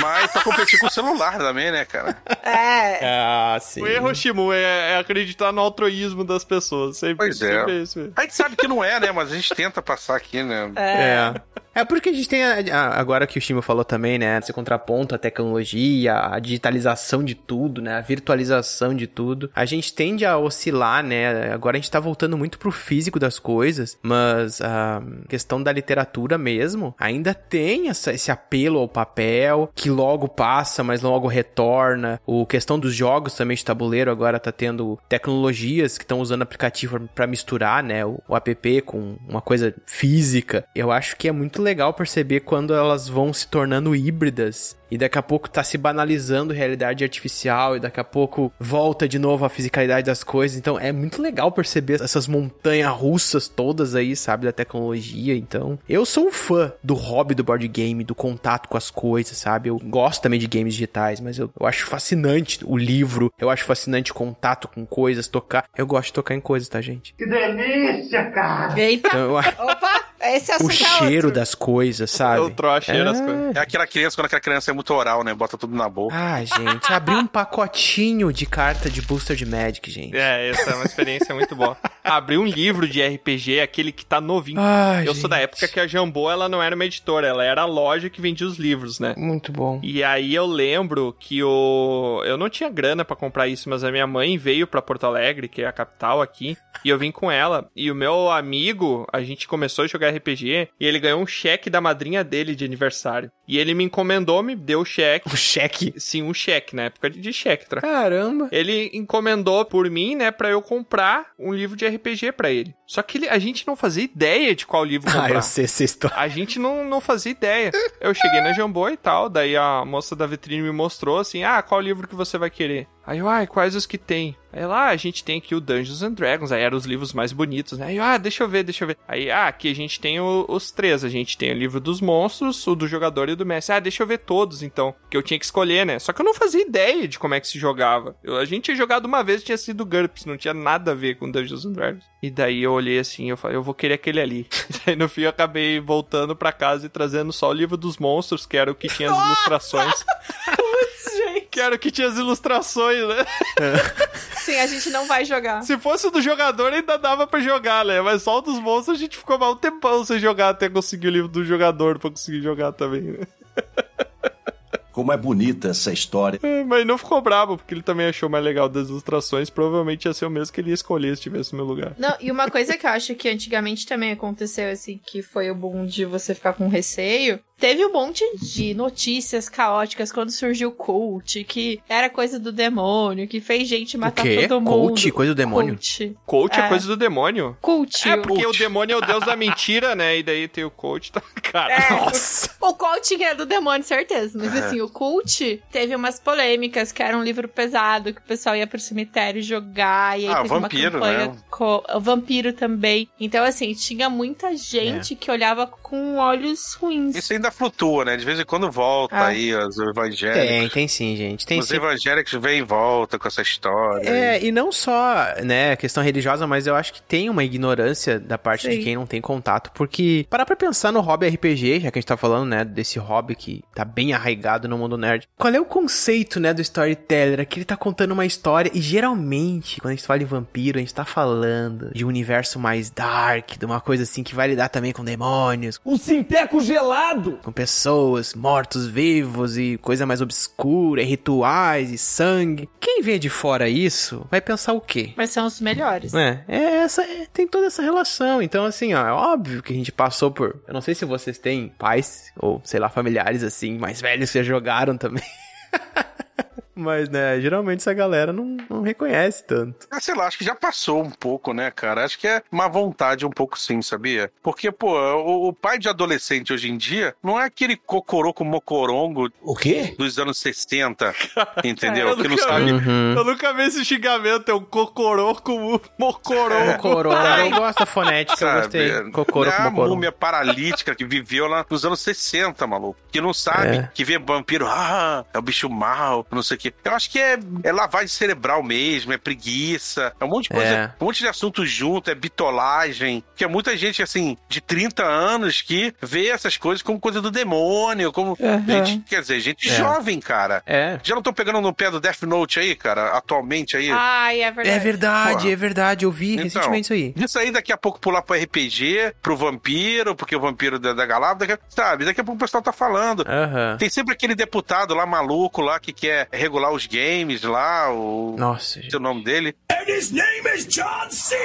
S5: Mas pra competir com o celular também, né, cara?
S1: É.
S2: Ah, sim.
S3: O erro, Shimu, é, é acreditar no altruísmo das pessoas. Sempre,
S5: Pois é.
S3: sempre é isso mesmo.
S5: A gente sabe que não é, né? Mas a gente tenta passar aqui, né?
S2: É. É porque a gente tem, a- a- agora que o Shima falou também, né? Esse contraponto à tecnologia, a digitalização de tudo, né? A virtualização de tudo. A gente tende a oscilar, né? Agora a gente tá voltando muito pro físico das coisas, mas a questão da literatura mesmo ainda tem essa- esse apelo ao papel, que logo passa, mas logo retorna. O questão dos jogos também de tabuleiro agora tá tendo tecnologias que estão usando aplicativo pra misturar, né? O, o app com uma coisa física. Eu acho que é muito muito legal perceber quando elas vão se tornando híbridas e daqui a pouco tá se banalizando realidade artificial e daqui a pouco volta de novo a fisicalidade das coisas. Então é muito legal perceber essas montanhas russas todas aí, sabe, da tecnologia. Então, eu sou um fã do hobby do board game, do contato com as coisas, sabe? Eu gosto também de games digitais, mas eu, eu acho fascinante o livro, eu acho fascinante o contato com coisas, tocar. Eu gosto de tocar em coisas, tá, gente?
S1: Que delícia, cara! Eita!
S2: Então, eu acho-
S1: Opa, esse assunto
S2: o
S1: é outro.
S2: cheiro das coisas, sabe?
S3: Eu troco É o cheiro das coisas.
S5: É aquela criança, quando aquela criança é muito oral, né? Bota tudo na boca.
S2: Ah, gente, abri um pacotinho de carta de booster de Magic, gente.
S3: É, essa é uma experiência muito boa. Abri um livro de RPG, aquele que tá novinho.
S2: Ai,
S3: eu sou da época que a Jambô, ela não era uma editora, ela era a loja que vendia os livros, né?
S2: Muito bom.
S3: E aí eu lembro que o eu não tinha grana pra comprar isso, mas a minha mãe veio pra Porto Alegre, que é a capital aqui, e eu vim com ela. E o meu amigo, a gente começou a jogar RPG e ele ganhou um cheque da madrinha dele de aniversário. E ele me encomendou, me deu o cheque.
S2: Um cheque?
S3: Sim, um cheque, na época de de cheque, tra...
S2: Caramba.
S3: Ele encomendou por mim, né, pra eu comprar um livro de RPG pra ele. Só que ele- a gente não fazia ideia de qual livro
S2: Ah,
S3: comprar.
S2: eu sei essa história.
S3: A gente não, não fazia ideia. Eu cheguei na Jambô e tal, daí a moça da vitrine me mostrou assim: ah, qual livro que você vai querer? Aí eu, ai, quais os que tem? Aí lá, a gente tem aqui o Dungeons and Dragons, aí eram os livros mais bonitos, né? Aí eu, ah, deixa eu ver, deixa eu ver. Aí, ah, aqui a gente tem o- os três: a gente tem o livro dos monstros, o do jogador e o do mestre. Ah, deixa eu ver todos então, que eu tinha que escolher, né? Só que eu não fazia ideia de como é que se jogava. Eu- a gente tinha jogado uma vez, tinha sido GURPS, não tinha nada a ver com Dungeons and Dragons. E daí eu olhei assim, eu falei, eu vou querer aquele ali. E daí no fim eu acabei voltando pra casa e trazendo só o livro dos monstros, que era o que tinha as ilustrações. Que era o que tinha as ilustrações, né?
S1: Sim, a gente não vai jogar.
S3: Se fosse o do jogador, ainda dava pra jogar, né? Mas só o dos monstros a gente ficou mal um tempão sem jogar até conseguir o livro do jogador pra conseguir jogar também, né?
S16: Como é bonita essa história.
S3: É, Mas não ficou brabo, porque ele também achou mais legal das ilustrações. Provavelmente ia ser o mesmo que ele ia escolher se tivesse no meu lugar.
S1: Não, e uma coisa que eu acho que antigamente também aconteceu, assim, que foi o bom de você ficar com receio. Teve um monte de notícias caóticas quando surgiu o cult, que era coisa do demônio, que fez gente matar
S2: quê?
S1: todo mundo.
S2: Cult? Coisa do demônio?
S1: Cult.
S3: Coach é,
S1: É.
S3: coisa do demônio.
S1: Cult.
S3: É, porque o demônio é o deus da mentira, né? E daí tem o coach. Tá... Cara,
S1: É. Nossa! O coaching era do demônio, certeza. Mas
S3: É.
S1: assim, o cult teve umas polêmicas, que era um livro pesado, que o pessoal ia pro cemitério jogar, e aí
S5: Ah,
S1: teve
S5: vampiro,
S1: uma campanha
S5: né?
S1: co- o vampiro também. Então, assim, tinha muita gente que olhava com olhos ruins.
S5: Isso ainda flutua, né? De vez em quando volta
S1: Ah.
S5: aí os evangélicos.
S2: Tem, tem sim, gente. Tem
S5: os
S2: sim.
S5: evangélicos vêm e voltam com essa história.
S2: É, e não só, né, questão religiosa, mas eu acho que tem uma ignorância da parte
S5: Sim.
S2: de quem não tem contato, porque parar pra pensar no hobby RPG, já que a gente tá falando, né, desse hobby que tá bem arraigado no mundo nerd. Qual é o conceito, né, do storyteller? É que ele tá contando uma história e geralmente, quando a gente fala de vampiro, a gente tá falando de um universo mais dark, de uma coisa assim que vai lidar também com demônios. Um sinteco gelado! Com pessoas, mortos-vivos e coisa mais obscura, e rituais e sangue. Quem vê de fora isso vai pensar o quê?
S1: Mas são os melhores.
S2: É, é essa, é- tem toda essa relação. Então, assim, ó, é óbvio que a gente passou por. Eu não sei se vocês têm pais ou, sei lá, familiares assim, mais velhos que já jogaram também. Mas, né, geralmente essa galera não, não reconhece tanto.
S5: Ah, sei lá, acho que já passou um pouco, né, cara? Acho que é má vontade um pouco sim, sabia? Porque, pô, o, o pai de adolescente hoje em dia não é aquele cocoroco mocorongo.
S16: O quê?
S5: Dos anos 60, entendeu?
S3: Cara,
S5: que
S3: eu
S5: não
S3: nunca
S5: sabe.
S3: vi-
S2: Uhum.
S3: Eu nunca vi esse xingamento, é um cocoroco, mocorongo.
S2: É, eu gosto da fonética, eu
S5: Sabe?
S2: gostei.
S5: Não é
S2: Cocoroco,
S5: a
S2: mocorongo.
S5: múmia paralítica que viveu lá nos anos 60, maluco. Que não sabe,
S2: É.
S5: que vê vampiro, ah, é o bicho mau, não sei o quê. Eu acho que é, é lavagem cerebral mesmo, é preguiça, é um monte de coisa,
S2: É.
S5: um monte de assunto junto, é bitolagem. Porque é muita gente, assim, de 30 anos que vê essas coisas como coisa do demônio, como.
S2: Aham.
S5: Gente, quer dizer, gente
S2: É.
S5: jovem, cara.
S2: É.
S5: Já não tô pegando no pé do Death Note aí, cara, atualmente aí.
S1: Ai, é verdade.
S2: É verdade,
S5: Porra.
S2: é verdade. Eu
S3: Então.
S2: vi recentemente isso aí.
S5: Isso aí daqui a pouco pular pro RPG, pro vampiro, porque o vampiro da, da Galápagos, daqui a- sabe? Daqui a pouco o pessoal tá falando.
S2: Aham.
S5: Tem sempre aquele deputado lá maluco lá que quer regular os games lá, o.
S2: Nossa,
S5: não sei o nome dele.
S11: And his name is John C.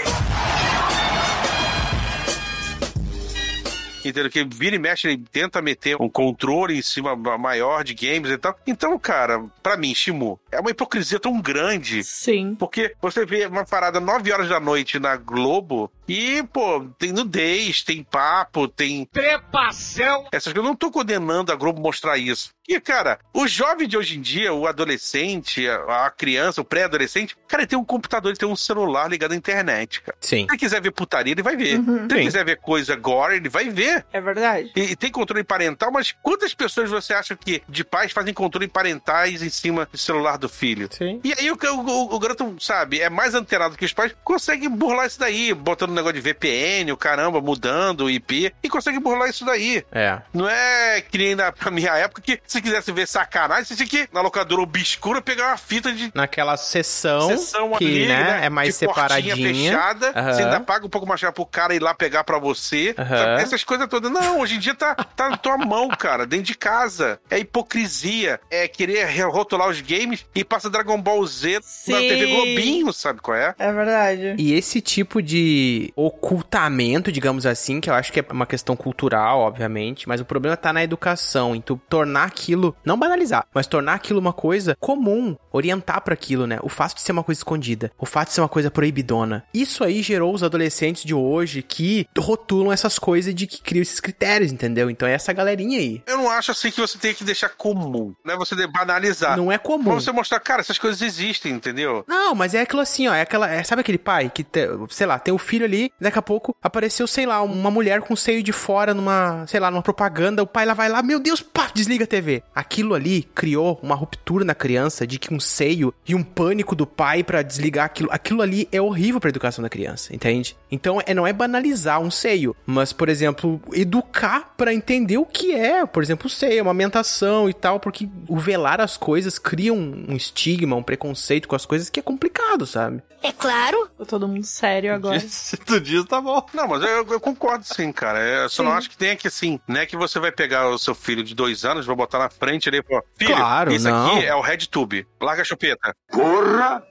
S5: Entendeu? Que vira e mexe, ele tenta meter um controle em cima maior de games e tal. Então, cara, pra mim, Shimu, é uma hipocrisia tão grande.
S1: Sim.
S5: Porque você vê uma parada 9 horas da noite na Globo e, pô, tem nudez, tem papo, tem.
S4: Trepação!
S5: Essas coisas. Eu não tô condenando a Globo mostrar isso. E, cara, o jovem de hoje em dia, o adolescente, a a criança, o pré-adolescente, cara, ele tem um computador, ele tem um celular ligado à internet, cara.
S2: Sim.
S5: Se ele quiser ver putaria, ele vai ver.
S1: Uhum.
S5: Se ele quiser ver coisa gore, ele vai ver.
S1: É verdade.
S5: E, e tem controle parental, mas quantas pessoas você acha que de pais fazem controle parentais em cima do celular do filho?
S2: Sim.
S5: E aí o, o, o garoto, sabe, é mais antenado que os pais, consegue burlar isso daí, botando um negócio de VPN, o caramba, mudando o IP, e consegue burlar isso daí.
S2: É.
S5: Não é que nem na na minha época que se quisesse ver sacanagem, você tinha que ir na locadora obscura pegar uma fita de
S2: Naquela sessão,
S5: sessão
S2: que,
S5: ali,
S2: né,
S5: né,
S2: é mais
S5: de portinha
S2: separadinha.
S5: fechada,
S2: Aham.
S5: você ainda paga um pouco mais caro pro cara ir lá pegar pra você.
S2: Aham.
S5: sabe? Essas coisas todas. Não, hoje em dia tá, tá na tua mão, cara, dentro de casa. É hipocrisia, é querer rotular os games e passa Dragon Ball Z na
S1: Sim.
S5: TV Globinho, sabe qual é?
S1: É verdade.
S2: E esse tipo de ocultamento, digamos assim, que eu acho que é uma questão cultural, obviamente, mas o problema tá na educação, em tu tornar aquilo, não banalizar, mas tornar aquilo uma coisa comum, orientar pra aquilo, né? O fato de ser uma coisa escondida, o fato de ser uma coisa proibidona. Isso aí gerou os adolescentes de hoje que rotulam essas coisas de que criam esses critérios, entendeu? Então é essa galerinha aí.
S5: Eu não acho assim que você tem que deixar comum, né? Você de- banalizar.
S2: Não é comum.
S5: Pra você mostrar, cara, essas coisas existem, entendeu?
S2: Não, mas é aquilo assim, ó. É aquela. é- sabe aquele pai que, te- sei lá, tem o filho ali, daqui a pouco apareceu, sei lá, uma mulher com o seio de fora numa, sei lá, numa propaganda. O pai lá vai lá, meu Deus, pá, desliga a TV. Aquilo ali criou uma ruptura na criança de que um seio e um pânico do pai pra desligar aquilo. Aquilo ali é horrível pra educação da criança, entende? Então é, não é banalizar um seio, mas, por exemplo, educar pra entender o que é, por exemplo, o seio, uma amamentação e tal, porque o velar as coisas cria um, um estigma, um preconceito com as coisas que é complicado, sabe?
S1: É claro. Tô todo mundo sério agora.
S5: Se tu diz, tá bom. Não, mas eu, eu concordo sim, cara. É, Eu só não
S1: Sim.
S5: acho que tem que, assim, né, que você vai pegar o seu filho de dois anos, vai botar na frente ali, pô, filho,
S2: Claro,
S5: isso
S2: não.
S5: aqui é o Red Tube. Larga a chupeta.
S8: Porra!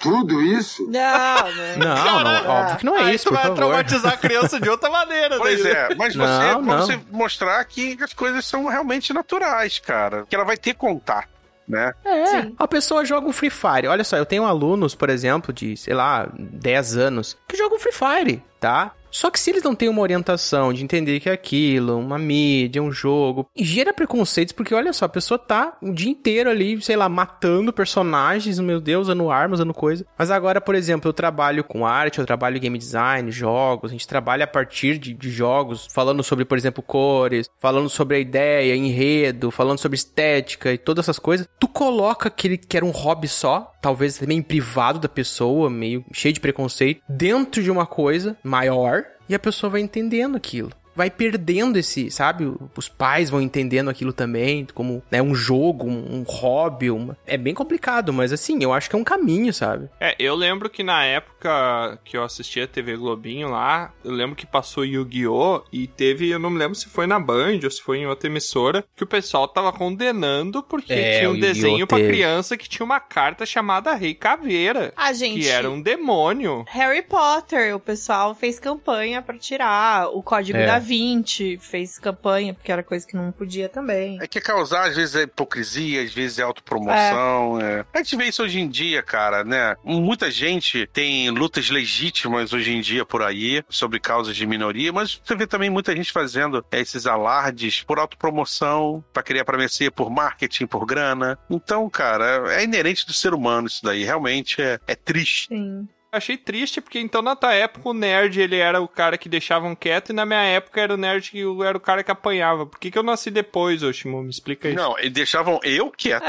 S8: Tudo isso?
S1: Não, né?
S2: Não,
S3: Ah,
S2: não, óbvio que não é isso, por favor.
S5: de outra maneira. Pois
S2: daí, né?
S5: é, mas
S2: Não,
S5: você,
S2: não.
S5: você mostrar que as coisas são realmente naturais, cara. Que ela vai ter contato, né?
S2: É, a pessoa joga um Free Fire. Olha só, eu tenho alunos, por exemplo, de, sei lá, 10 anos, que jogam Free Fire, tá? Só que se eles não têm uma orientação de entender que é aquilo, uma mídia, um jogo, gera preconceitos, porque olha só, a pessoa tá o dia inteiro ali, sei lá, matando personagens, meu Deus, usando armas, usando coisa. Mas agora, por exemplo, eu trabalho com arte, eu trabalho game design, jogos, a gente trabalha a partir de, de jogos, falando sobre, por exemplo, cores, falando sobre a ideia, enredo, falando sobre estética e todas essas coisas. Tu coloca aquele que era um hobby só, talvez também privado da pessoa, meio cheio de preconceito, dentro de uma coisa maior e a pessoa vai entendendo aquilo. Vai perdendo esse, sabe? Os pais vão entendendo aquilo também, como né, um jogo, um, um hobby. uma- É bem complicado, mas assim, eu acho que é um caminho, sabe?
S3: É, eu lembro que na época que eu assistia a TV Globinho lá, eu lembro que passou Yu-Gi-Oh! e teve, eu não me lembro se foi na Band ou se foi em outra emissora, que o pessoal tava condenando porque
S2: É,
S3: tinha
S2: o
S3: um
S2: Yu-Gi-Oh!
S3: desenho pra
S2: teve.
S3: criança que tinha uma carta chamada Rei Caveira.
S1: Ah, gente.
S3: Que era um demônio.
S1: Harry Potter, o pessoal fez campanha pra tirar. O Código
S5: É.
S1: da Vinci fez campanha, porque era coisa que não podia também.
S5: É que causar, às vezes, é hipocrisia, às vezes é autopromoção. É. A gente vê isso hoje em dia, cara, né? Muita gente tem lutas legítimas hoje em dia por aí, sobre causas de minoria, mas você vê também muita gente fazendo é, esses alardes por autopromoção, pra querer aparecer por marketing, por grana. Então, cara, é inerente do ser humano isso daí. Realmente é, é triste.
S1: Sim.
S3: Achei triste, porque então na tua época o nerd ele era o cara que deixavam quieto e na minha época era o nerd que eu- era o cara que apanhava. Por que, que eu nasci depois, Oshimo? Me explica isso.
S5: Não, e deixavam eu quieto.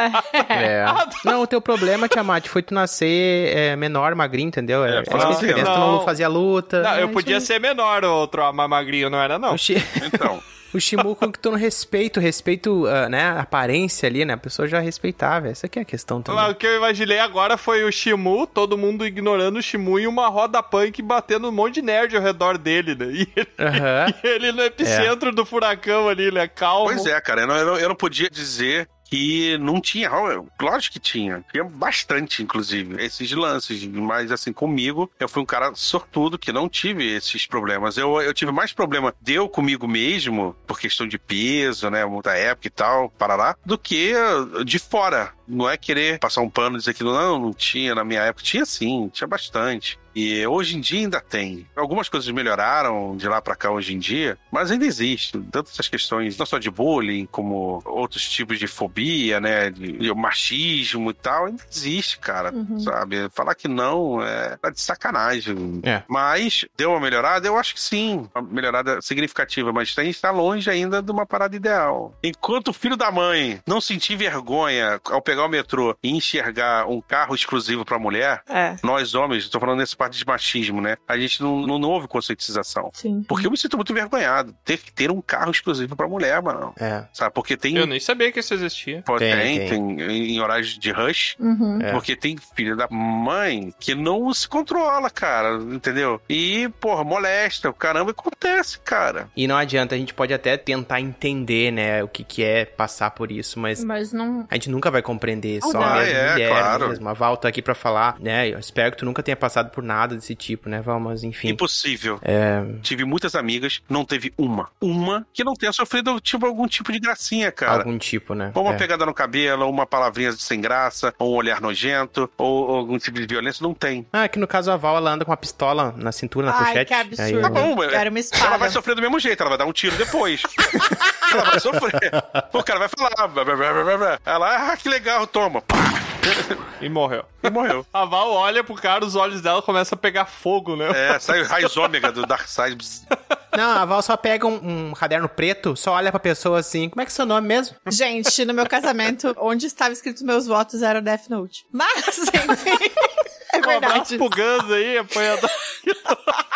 S2: É. Não, o teu problema, Tiamat, foi tu nascer é, menor, magrinho, entendeu? É,
S3: fala
S2: essa
S3: assim,
S2: diferença, tu
S3: não.
S2: não fazia luta.
S3: Não,
S2: É
S3: eu
S2: isso
S3: podia
S2: aí.
S3: ser menor, outro ama magrinho, não era, não.
S2: O chi-
S5: Então.
S2: O Shimuku que tu não respeita, o respeito, ah, né, a aparência ali, né, a pessoa já respeitava, essa aqui é a questão também.
S3: Lá, O que eu imaginei agora foi o Shimu, todo mundo ignorando o Shimu e uma roda punk batendo um monte de nerd ao redor dele, né? E ele,
S2: Aham. É.
S3: e ele no epicentro do furacão ali, né? Calmo.
S5: é, Pois é, cara, eu não, eu não- eu não podia dizer que não tinha. ó, Lógico que tinha. Tinha bastante, inclusive, esses lances. Mas, assim, comigo, eu fui um cara sortudo que não tive esses problemas. Eu, eu tive mais problema deu comigo mesmo, por questão de peso, né? Muita época e tal, parará, do que de fora. Não é querer passar um pano e dizer que não, não tinha na minha época. Tinha sim, tinha bastante. E hoje em dia ainda tem. Algumas coisas melhoraram de lá pra cá hoje em dia, mas ainda existe. Tanto essas questões, não só de bullying, como outros tipos de fobia, né? De, de machismo e tal, ainda existe, cara.
S17: Uhum.
S5: Sabe? Falar que não é tá de sacanagem.
S2: É.
S5: Mas deu uma melhorada? Eu acho que sim. Uma melhorada significativa, mas tem está longe ainda de uma parada ideal. Enquanto o filho da mãe não sentir vergonha ao pegar o metrô e enxergar um carro exclusivo pra mulher,
S1: É.
S5: nós homens, estou falando nessa parte de machismo, né? A gente não, não, não houve conscientização.
S1: Sim.
S5: Porque eu me sinto muito envergonhado. Ter que ter um carro exclusivo pra mulher, mano.
S2: É.
S5: Sabe? Porque tem.
S3: Eu nem sabia que isso existia.
S5: Pô,
S3: Tem,
S5: tem, tem, em horários de rush.
S3: Uhum. É.
S5: Porque tem filha da mãe que não se controla, cara, entendeu? E, porra, molesta, o caramba, acontece, cara.
S2: E não adianta, a gente pode até tentar entender, né, o que, que é passar por isso, mas.
S1: Mas não.
S2: A gente nunca vai compreender, só
S1: Ah,
S2: mesmo
S1: é,
S2: mulher
S5: claro.
S2: mesmo. A Val tá aqui pra falar, né? Eu espero que tu nunca tenha passado por nada desse tipo, né, Val? Mas enfim.
S5: Impossível.
S2: É.
S5: Tive muitas amigas, não teve uma. Uma que não tenha sofrido tipo, algum tipo de gracinha, cara.
S2: Algum tipo, né?
S5: Ou uma
S2: É.
S5: pegada no cabelo, ou uma palavrinha sem graça, ou um olhar nojento, ou, ou algum tipo de violência, não tem.
S2: Ah, que no caso a Val, ela anda com uma pistola na cintura, na
S5: Ai,
S2: pochete. É
S5: que absurdo.
S2: Aí eu-
S5: Tá bom, mas-
S1: Era uma
S5: Ela vai
S1: espada.
S5: sofrer do mesmo jeito, ela vai dar um tiro depois. ela vai sofrer. O cara vai falar. blá, blá, blá, blá, blá. Ela, ah, que legal, toma. Pá.
S3: E morreu.
S5: E morreu.
S3: A Val olha pro cara, os olhos dela começam a pegar fogo, né?
S5: É, sai o raios ômega do Dark Side. Bzz.
S2: Não, a Val só pega um, um caderno preto, só olha pra pessoa assim, como é que é seu nome mesmo?
S1: Gente, no meu casamento, onde estava escrito meus votos era Death Note. Mas, enfim. É
S3: Um
S1: verdade.
S3: abraço pro Gans aí, apanhador.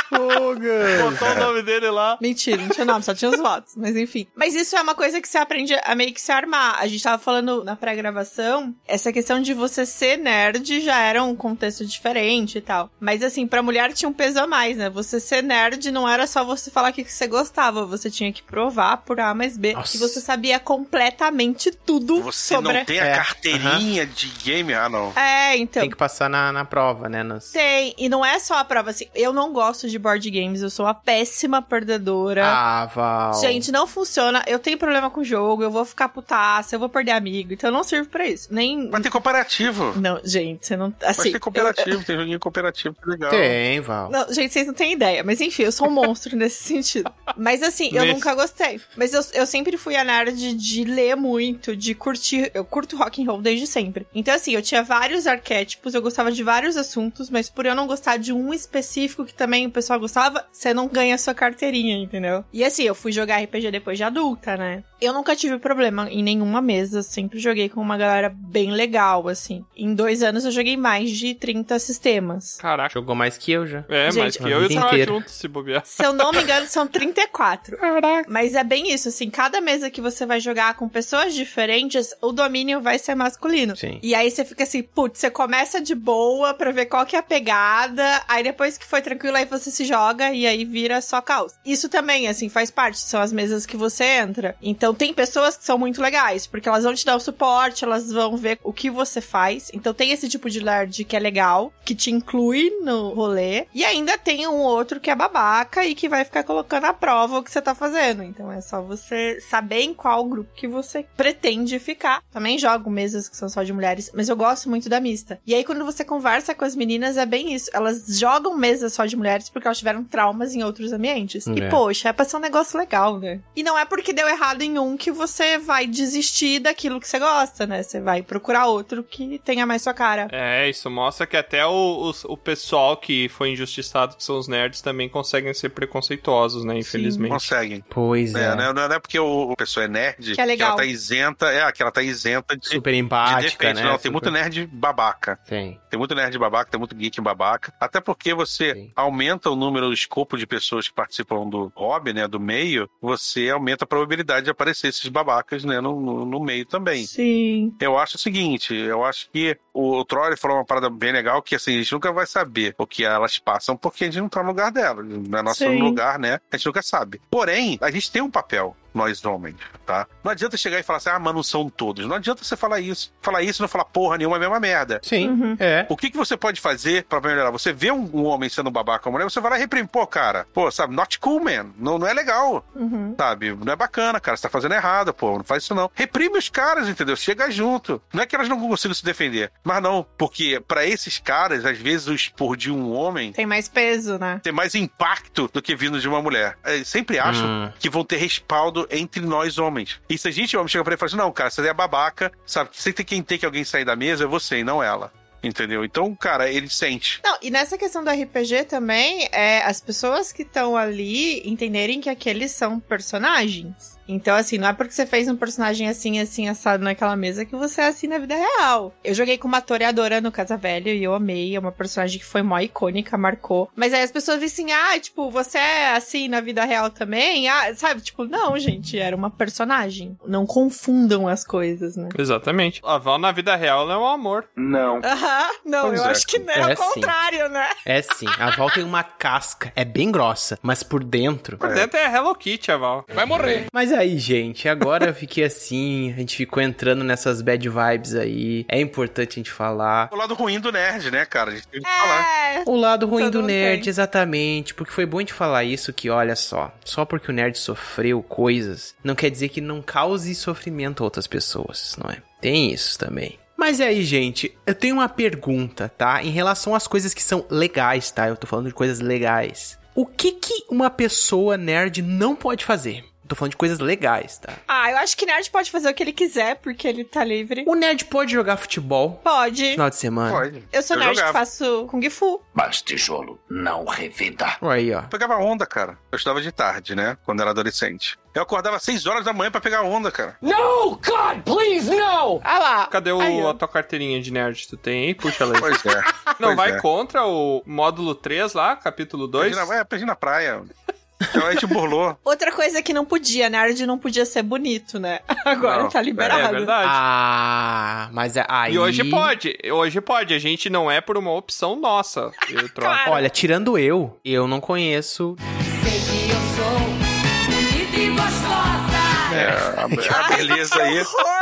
S3: Botou o nome dele lá.
S1: Mentira, não tinha nome, só tinha os votos. Mas enfim. Mas isso é uma coisa que você aprende a meio que se armar. A gente tava falando na pré-gravação, essa questão de você ser nerd já era um contexto diferente e tal. Mas assim, pra mulher tinha um peso a mais, né? Você ser nerd não era só você falar o que que você gostava, você tinha que provar por A mais B que você sabia completamente tudo
S5: Você
S1: sobre...
S5: não
S2: É.
S5: tem a carteirinha de game, ah, não.
S1: É, então.
S2: Tem que passar na, na prova, né? Nas...
S1: Tem, e não é só a prova assim. Eu não gosto de board games, eu sou uma péssima perdedora.
S2: Ah, Val.
S1: Gente, não funciona. Eu tenho problema com o jogo, eu vou ficar putaça, eu vou perder amigo. Então eu não sirvo pra isso. Nem.
S5: Mas tem cooperativo.
S1: Não, gente, você não. Assim,
S5: Mas tem cooperativo,
S1: eu- eu-
S5: tem joguinho cooperativo, que é legal.
S2: Tem, Val.
S1: Não, gente, vocês não têm ideia. Mas enfim, eu sou um monstro nesse sentido. Mas assim, eu
S2: Nesse.
S1: nunca gostei. Mas eu, eu sempre fui a nerd de ler muito, de curtir. Eu curto rock and roll desde sempre. Então assim, eu tinha vários arquétipos, eu gostava de vários assuntos, mas por eu não gostar de um específico que também o pessoal gostava, você não ganha a sua carteirinha, entendeu? E assim, eu fui jogar RPG depois de adulta, né? Eu nunca tive problema em nenhuma mesa, sempre joguei com uma galera bem legal, assim. Em dois anos eu joguei mais de 30 sistemas.
S3: Caraca.
S2: Jogou mais que eu já.
S3: É, mais
S1: Gente,
S3: que eu e o
S2: vida
S3: Sarah
S2: inteira.
S3: juntos, se bobear.
S1: Se eu não me engano, são 34. Caraca. Mas é bem isso, assim, cada mesa que você vai jogar com pessoas diferentes, o domínio vai ser masculino.
S2: Sim.
S1: E aí você fica assim, putz, você começa de boa pra ver qual que é a pegada, aí depois que foi tranquilo, aí você se joga e aí vira só caos. Isso também, assim, faz parte, são as mesas que você entra. Então tem pessoas que são muito legais, porque elas vão te dar o suporte, elas vão ver o que você faz. Então tem esse tipo de nerd que é legal, que te inclui no rolê. E ainda tem um outro que é babaca e que vai ficar colocando à prova o que você tá fazendo. Então é só você saber em qual grupo que você pretende ficar. Também jogo mesas que são só de mulheres, mas eu gosto muito da mista. E aí quando você conversa com as meninas é bem isso. Elas jogam mesas só de mulheres porque elas tiveram traumas em outros ambientes. E
S18: É.
S1: poxa, é pra ser um negócio legal, né? E não é porque deu errado em um que você vai desistir daquilo que você gosta, né? Você vai procurar outro que tenha mais sua cara.
S3: É, isso mostra que até o, os- o pessoal que foi injustiçado, que são os nerds, também conseguem ser preconceituosos, né? Infelizmente.
S5: Conseguem.
S2: Pois
S5: É, né? Não é não é porque o a pessoa é nerd
S1: Que é legal.
S5: ela tá isenta, é, que ela tá isenta de
S2: Super empática,
S5: de defeito.
S2: né?
S5: Não,
S2: Super-
S5: tem muito nerd babaca.
S2: Tem.
S5: Tem muito nerd babaca, tem muito geek babaca. Até porque você aumenta o número, o escopo de pessoas que participam do hobby, né, do meio, você aumenta a probabilidade de aparecer esses babacas, né, no, no- no meio também.
S1: Sim.
S5: Eu acho o seguinte, eu acho que o, o Troy falou uma parada bem legal, que assim, a gente nunca vai saber o que elas passam, porque a gente não tá no lugar delas, não é nosso
S17: Sim.
S5: lugar, né? A gente nunca sabe. Porém, a gente tem um papel. nós homens, tá? Não adianta chegar e falar assim, ah, mas não são todos. Não adianta você falar isso. Falar isso e não falar porra nenhuma, é a mesma merda.
S2: Sim, Uhum. é.
S5: O que, que você pode fazer pra melhorar? Você vê um, um homem sendo babaca, uma mulher, você vai lá e reprime, pô, cara, pô, sabe, not cool, man. Não, não é legal.
S1: Uhum.
S5: Sabe? Não é bacana, cara. Você tá fazendo errado, pô. Não faz isso, não. Reprime os caras, entendeu? Chega junto. Não é que elas não consigam se defender. Mas não, porque pra esses caras, às vezes, o expor de um homem
S1: Tem mais peso, né?
S5: tem mais impacto do que vindo de uma mulher. Eles sempre acham
S1: Hum.
S5: que vão ter respaldo entre nós homens. E se a gente, homem, chega pra ele e fala assim, não, cara, você é babaca, sabe? Você tem quem tem que alguém sair da mesa é você e não ela. Entendeu? Então, cara, ele sente.
S1: Não, e nessa questão do RPG também, é as pessoas que estão ali entenderem que aqueles são personagens. Então, assim, não é porque você fez um personagem assim, assim, assado naquela mesa que você é assim na vida real. Eu joguei com uma toreadora no Casa Velho e eu amei. É uma personagem que foi mó icônica, marcou. Mas aí as pessoas dizem assim, ah, tipo, você é assim na vida real também? Ah, sabe? Tipo, não, gente, era uma personagem. Não confundam as coisas, né?
S2: Exatamente.
S3: A Val na vida real não é um amor.
S2: Não.
S1: Aham, não,
S2: Pois
S1: eu
S2: é.
S1: acho que não, é,
S2: É,
S1: ao
S2: sim.
S1: contrário, né?
S2: É sim, a Val tem uma casca, é bem grossa, mas por dentro.
S3: Por dentro é Hello Kitty, a Val. Vai morrer.
S2: Mas aí, gente, agora eu fiquei assim, a gente ficou entrando nessas bad vibes aí. É importante a gente falar.
S5: O lado ruim do nerd, né, cara? A gente tem que
S1: É.
S2: O lado ruim do nerd, exatamente. Porque foi bom de falar isso que, olha só, só porque o nerd sofreu coisas, não quer dizer que não cause sofrimento a outras pessoas, não é? Tem isso também. Mas e aí, gente, eu tenho uma pergunta, tá? Em relação às coisas que são legais, tá? Eu tô falando de coisas legais. O que que uma pessoa nerd não pode fazer? Tô falando de coisas legais, tá?
S1: Ah, eu acho que nerd pode fazer o que ele quiser, porque ele tá livre.
S2: O nerd pode jogar futebol
S1: Pode.
S2: final de semana.
S1: Eu sou nerd que faço Kung Fu.
S10: Mas tijolo não revida.
S2: Aí, ó.
S5: Pegava onda, cara. Eu estudava de tarde, né? Quando era adolescente. Eu acordava às 6 horas da manhã pra pegar onda, cara.
S11: No, God, please, no!
S1: Ah lá.
S3: Cadê o-
S11: Aí, ó.
S3: a tua carteirinha de nerd que tu tem aí? Puxa ela aí.
S5: Pois é.
S3: Não
S5: Pois
S3: vai
S5: é.
S3: contra o módulo 3 lá, capítulo 2?
S5: Perdi na, é, perdi na praia. Então a gente burlou.
S1: Outra coisa que não podia, nerd não podia ser bonito, né? Agora
S3: Não,
S1: tá liberado.
S3: é verdade.
S2: Ah, mas aí.
S3: E hoje pode, hoje pode. A gente não é por uma opção nossa. Eu troco.
S2: Olha, tirando eu, eu não conheço.
S11: Sei que eu sou bonita e gostosa.
S5: É, a, a beleza aí.
S3: É um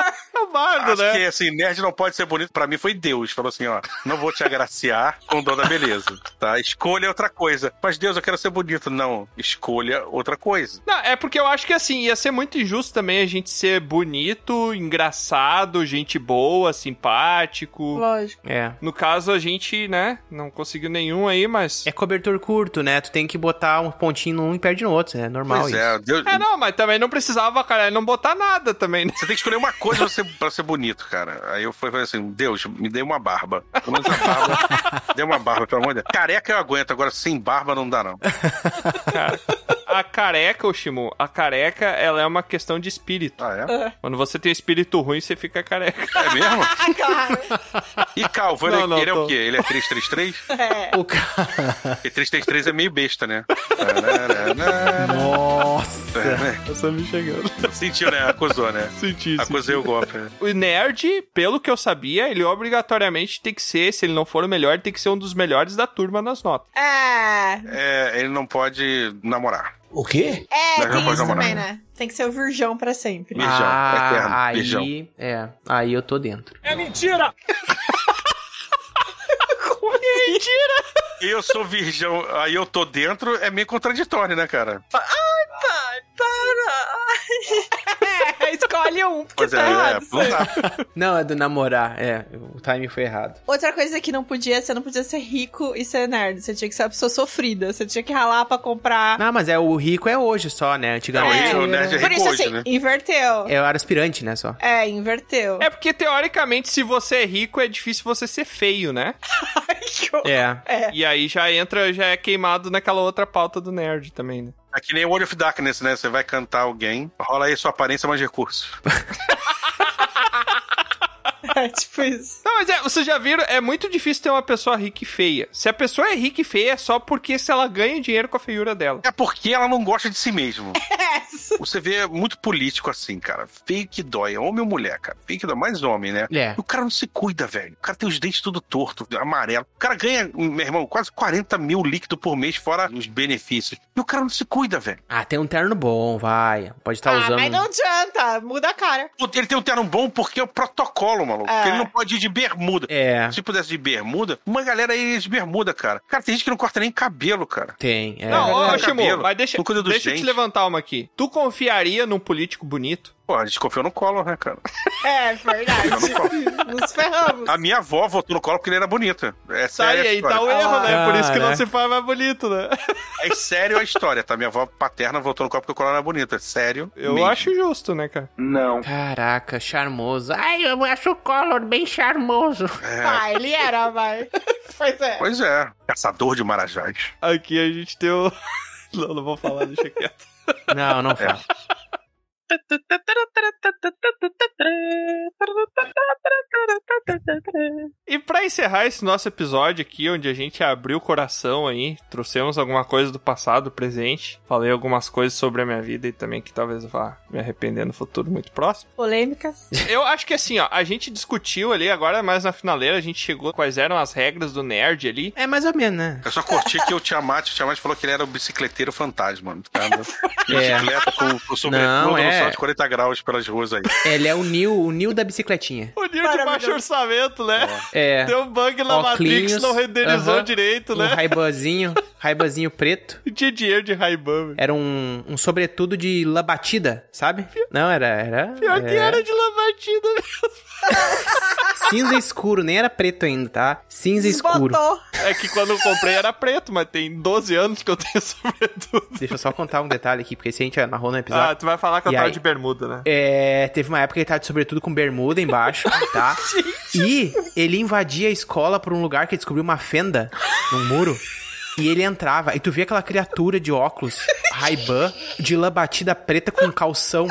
S5: Acho
S3: né?
S5: que assim, nerd não pode ser bonito. Pra mim foi Deus. Falou assim, ó, não vou te agraciar com o dom da beleza, tá? Escolha outra coisa. Mas Deus, eu quero ser bonito. Não, escolha outra coisa.
S3: Não, é porque eu acho que assim, ia ser muito injusto também a gente ser bonito, engraçado, gente boa, simpático.
S1: Lógico.
S2: É.
S3: No caso, a gente, né, não conseguiu nenhum aí, mas.
S2: É cobertor curto, né? Tu tem que botar um pontinho num e perde no outro, né? É normal
S5: Pois
S2: isso.
S5: é, Deus-
S3: É, não, mas também não precisava, cara, não botar nada também. Né?
S5: Você tem que escolher uma coisa pra ser, pra ser bonito, cara. Aí eu fui falei assim, Deus, me dê uma barba. Pelo menos a barba. dê uma barba, pelo amor de Deus. Careca eu aguento, agora sem barba não dá, não.
S3: Cara, a careca, Oshimo, a careca, ela é uma questão de espírito.
S5: Ah,
S1: É.
S3: Quando você tem espírito ruim, você fica careca.
S5: É mesmo?
S1: Ah, claro.
S5: E calvo, ele,
S3: Não, não,
S5: ele é
S3: tô-
S5: o quê? Ele é 333?
S1: É.
S2: O cara.
S5: Porque 333 é meio besta, né? É,
S2: Nossa!
S3: Essa me chegando.
S5: né? Sentiu, né? Acusou, né?
S3: Senti,
S5: Acusei o golpe. né?
S3: O nerd, pelo que eu sabia, ele obrigatoriamente tem que ser, se ele não for o melhor, tem que ser um dos melhores da turma nas notas.
S1: É.
S5: É, ele não pode namorar.
S2: O quê?
S1: É,
S5: Mas não
S1: tem
S5: pode
S1: isso
S5: namorar.
S1: também, né? Tem que ser o virgão pra sempre.
S5: Virgão, eterno,
S2: ah, aí,
S5: virgão.
S2: é, aí eu tô dentro.
S1: É mentira! assim?
S3: Mentira!
S5: Eu sou virgão, aí eu tô dentro, é meio contraditório, né, cara?
S1: Ai, pai, para! É, escolhe um, porque
S5: Pois é,
S1: tá errado.
S5: é, não dá.
S2: Não, é do namorar, é, o timing foi errado.
S1: Outra coisa que não podia, você não podia ser rico e ser nerd. Você tinha que ser uma pessoa sofrida. Você tinha que ralar pra comprar.
S2: Ah, mas é o rico é hoje só, né? Antigamente.
S5: Não, o
S2: era-
S5: nerd é
S1: Por
S5: rico
S1: isso,
S5: hoje,
S1: assim,
S5: né?
S1: inverteu.
S2: Eu era aspirante, né, só.
S1: É, inverteu.
S3: É porque, teoricamente, se você é rico, é difícil você ser feio, né?
S2: É.
S3: E aí já entra, já é queimado naquela outra pauta do nerd também, né?
S5: É que nem o World of Darkness, né? Você vai cantar alguém, rola aí sua aparência mais recurso.
S1: É, tipo isso.
S3: Não, Não, mas é, vocês já viram, é muito difícil ter uma pessoa rica e feia. Se a pessoa é rica e feia, é só porque se ela ganha dinheiro com a feiura dela.
S5: É porque ela não gosta de si mesmo.
S1: É,
S5: Você vê muito político assim, cara. Feio que dói. é Homem ou mulher, cara? Feio que dói. Mais homem, né?
S2: É.
S5: O cara não se cuida, velho. O cara tem os dentes tudo torto, amarelo. O cara ganha, hum, meu irmão, quase 40 mil líquido por mês, fora os benefícios. E o cara não se cuida, velho.
S2: Ah, tem um terno bom, vai. Pode estar
S5: Tá
S1: Ah,
S2: usando.
S1: mas não adianta, muda a cara.
S5: Puta, Ele tem um terno bom porque é o protocolo, maluco.
S1: É.
S5: Porque Ele não pode ir de bermuda.
S2: É.
S5: Se pudesse de bermuda, uma galera ia de bermuda, cara. Cara, tem gente que não corta nem cabelo, cara.
S2: Tem, é.
S3: Não, ó,
S5: Corta
S3: Shimu,
S5: cabelo,
S3: mas deixa,
S5: não cuida dos
S3: deixa eu te
S5: dentes.
S3: levantar uma aqui. Tu confiaria num político bonito?
S5: Pô, a gente confiou no Collor, né, cara?
S1: É, verdade.
S5: Tá
S1: Nos ferramos.
S5: A minha avó votou no Collor porque ele era bonita. É
S3: Tá
S5: sério
S3: aí,
S5: a
S3: aí
S5: história.
S3: tá o erro, né? Por isso que
S2: Ah,
S3: não
S2: né?
S3: se faz mais bonito, né?
S5: É sério a história, tá? Minha avó paterna votou no Collor porque o Collor era bonito. É sério.
S3: Eu
S5: mesmo.
S3: acho justo, né, cara?
S2: Não. Caraca, charmoso. Ai, eu acho o Collor bem charmoso.
S1: Ah, ele era, vai. Pois é.
S5: Pois é. Caçador de marajás.
S3: Aqui a gente tem o. Não, não vou falar, deixa quieto.
S2: Ah, Não,
S5: É.
S2: não fala.
S3: E pra encerrar esse nosso episódio aqui, onde a gente abriu o coração aí, trouxemos alguma coisa do passado, presente, falei algumas coisas sobre a minha vida e também que talvez eu vá me arrepender no futuro muito próximo.
S1: Polêmicas.
S3: Eu acho que assim, ó, a gente discutiu ali, agora mais na finaleira, a gente chegou quais eram as regras do nerd ali.
S2: É mais ou menos, né?
S5: Eu só curti que o Tiamat, o Tiamat falou que ele era o bicicleteiro fantasma. Tá? Bicicleta com, com sobretudo
S2: Não,
S5: no
S2: é.
S5: sol de 40 graus pelas ruas aí.
S2: Ele é o Neil, o Neil da bicicletinha.
S3: O Nil de baixo orçamento, né?
S2: É.
S3: Deu bug na Matrix,
S2: Óculos,
S3: não renderizou
S2: aham.
S3: direito,
S2: Um
S3: né?
S2: raibanzinho, raibanzinho preto.
S3: Tinha dinheiro de Ray-Ban, velho.
S2: Era um, um sobretudo de labatida, sabe? Não, era... era
S3: Pior que era de lavatida,
S2: Cinza escuro, nem era preto ainda, tá? Cinza escuro.
S3: É que quando eu comprei era preto, mas tem 12 anos que eu tenho sobretudo.
S2: Deixa eu só contar um detalhe aqui, porque se a gente amarrou no episódio...
S3: Ah, tu vai falar que eu
S2: E
S3: tava
S2: aí?
S3: de bermuda, né?
S2: É, teve uma época que ele tava de sobretudo com bermuda embaixo, tá? E ele invadia a escola por um lugar que ele descobriu uma fenda num muro. E ele entrava, e tu via aquela criatura de óculos, Ray-Ban, de lã batida preta com calção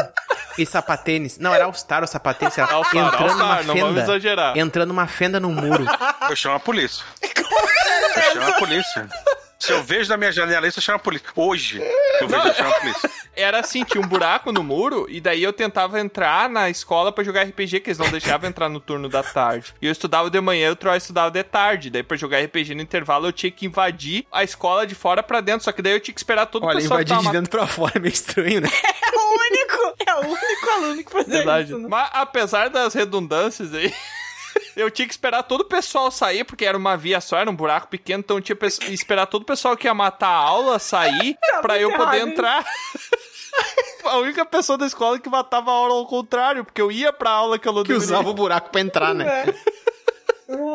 S2: e sapatênis. Não, era All-Star ou sapatênis, era
S3: All-Star,
S2: entrando numa
S3: All-Star, não vamos
S2: fenda.
S3: exagerar.
S2: Entrando numa fenda num muro.
S5: Eu chamo a polícia. Eu chamo a polícia. Se eu vejo na minha janela isso, eu chamo a polícia. Hoje, eu vejo, eu chamo a polícia.
S3: Era assim, tinha um buraco no muro, e daí eu tentava entrar na escola pra jogar RPG, que eles não deixavam entrar no turno da tarde. E eu estudava de manhã e o Troy estudava de tarde. Daí pra jogar RPG no intervalo eu tinha que invadir a escola de fora pra dentro, só que daí eu tinha que esperar todo o
S2: Olha,
S3: pessoal que
S2: invadir
S3: tava
S2: de dentro pra fora é meio estranho, né?
S1: É o único, é o único aluno que fazia
S3: Verdade.
S1: isso. né?
S3: Mas apesar das redundâncias aí. Eu tinha que esperar todo o pessoal sair, porque era uma via só, era um buraco pequeno, então eu tinha que esperar todo o pessoal que ia matar a aula sair
S1: Tá
S3: pra eu
S1: muito
S3: poder
S1: errado, hein?
S3: entrar. A única pessoa da escola que matava a aula ao contrário, porque eu ia pra aula que eu não
S2: Que usava o buraco pra entrar,
S3: É.
S2: né?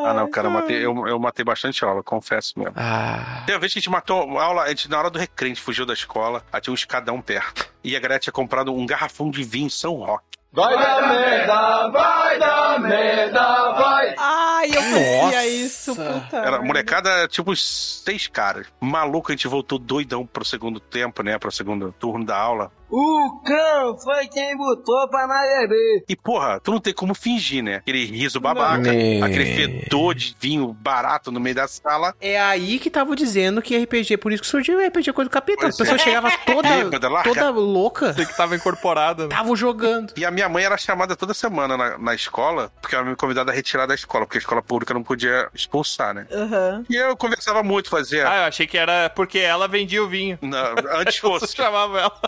S5: Ah, não, cara, eu matei, eu, eu matei bastante aula, confesso mesmo.
S2: Ah.
S5: Tem uma vez que a gente matou aula, a gente, na hora do recreio, a gente fugiu da escola, aí tinha um escadão perto. E a galera tinha comprado um garrafão de vinho São Roque.
S11: Vai dar merda, vai dar merda, vai.
S1: Ai, eu
S5: Nossa.
S1: fazia isso, puta.
S5: Era
S1: merda.
S5: molecada, tipo, uns seis caras. Maluco, a gente voltou doidão pro segundo tempo, né? Pro segundo turno da aula.
S11: O cão foi quem botou pra nós beber.
S5: E, porra, tu não tem como fingir, né? Aquele riso babaca,
S2: Meu.
S5: aquele fedor de vinho barato no meio da sala.
S2: É aí que tava dizendo que RPG, por isso que surgiu o RPG Coisa do Capeta.
S5: Pois
S2: a pessoa
S5: é.
S2: chegava
S5: Bêbada,
S2: toda,
S5: larga.
S2: toda louca.
S3: que tava incorporada. né?
S2: Tava jogando.
S5: E a minha mãe era chamada toda semana na, na escola, porque ela me convidava a retirar da escola, porque a escola pública não podia expulsar, né?
S1: Aham.
S5: E eu conversava muito,
S1: É.
S5: fazia.
S3: Ah, eu achei que era porque ela vendia o vinho.
S5: na- antes
S3: Eu só
S5: fosse.
S3: chamava ela.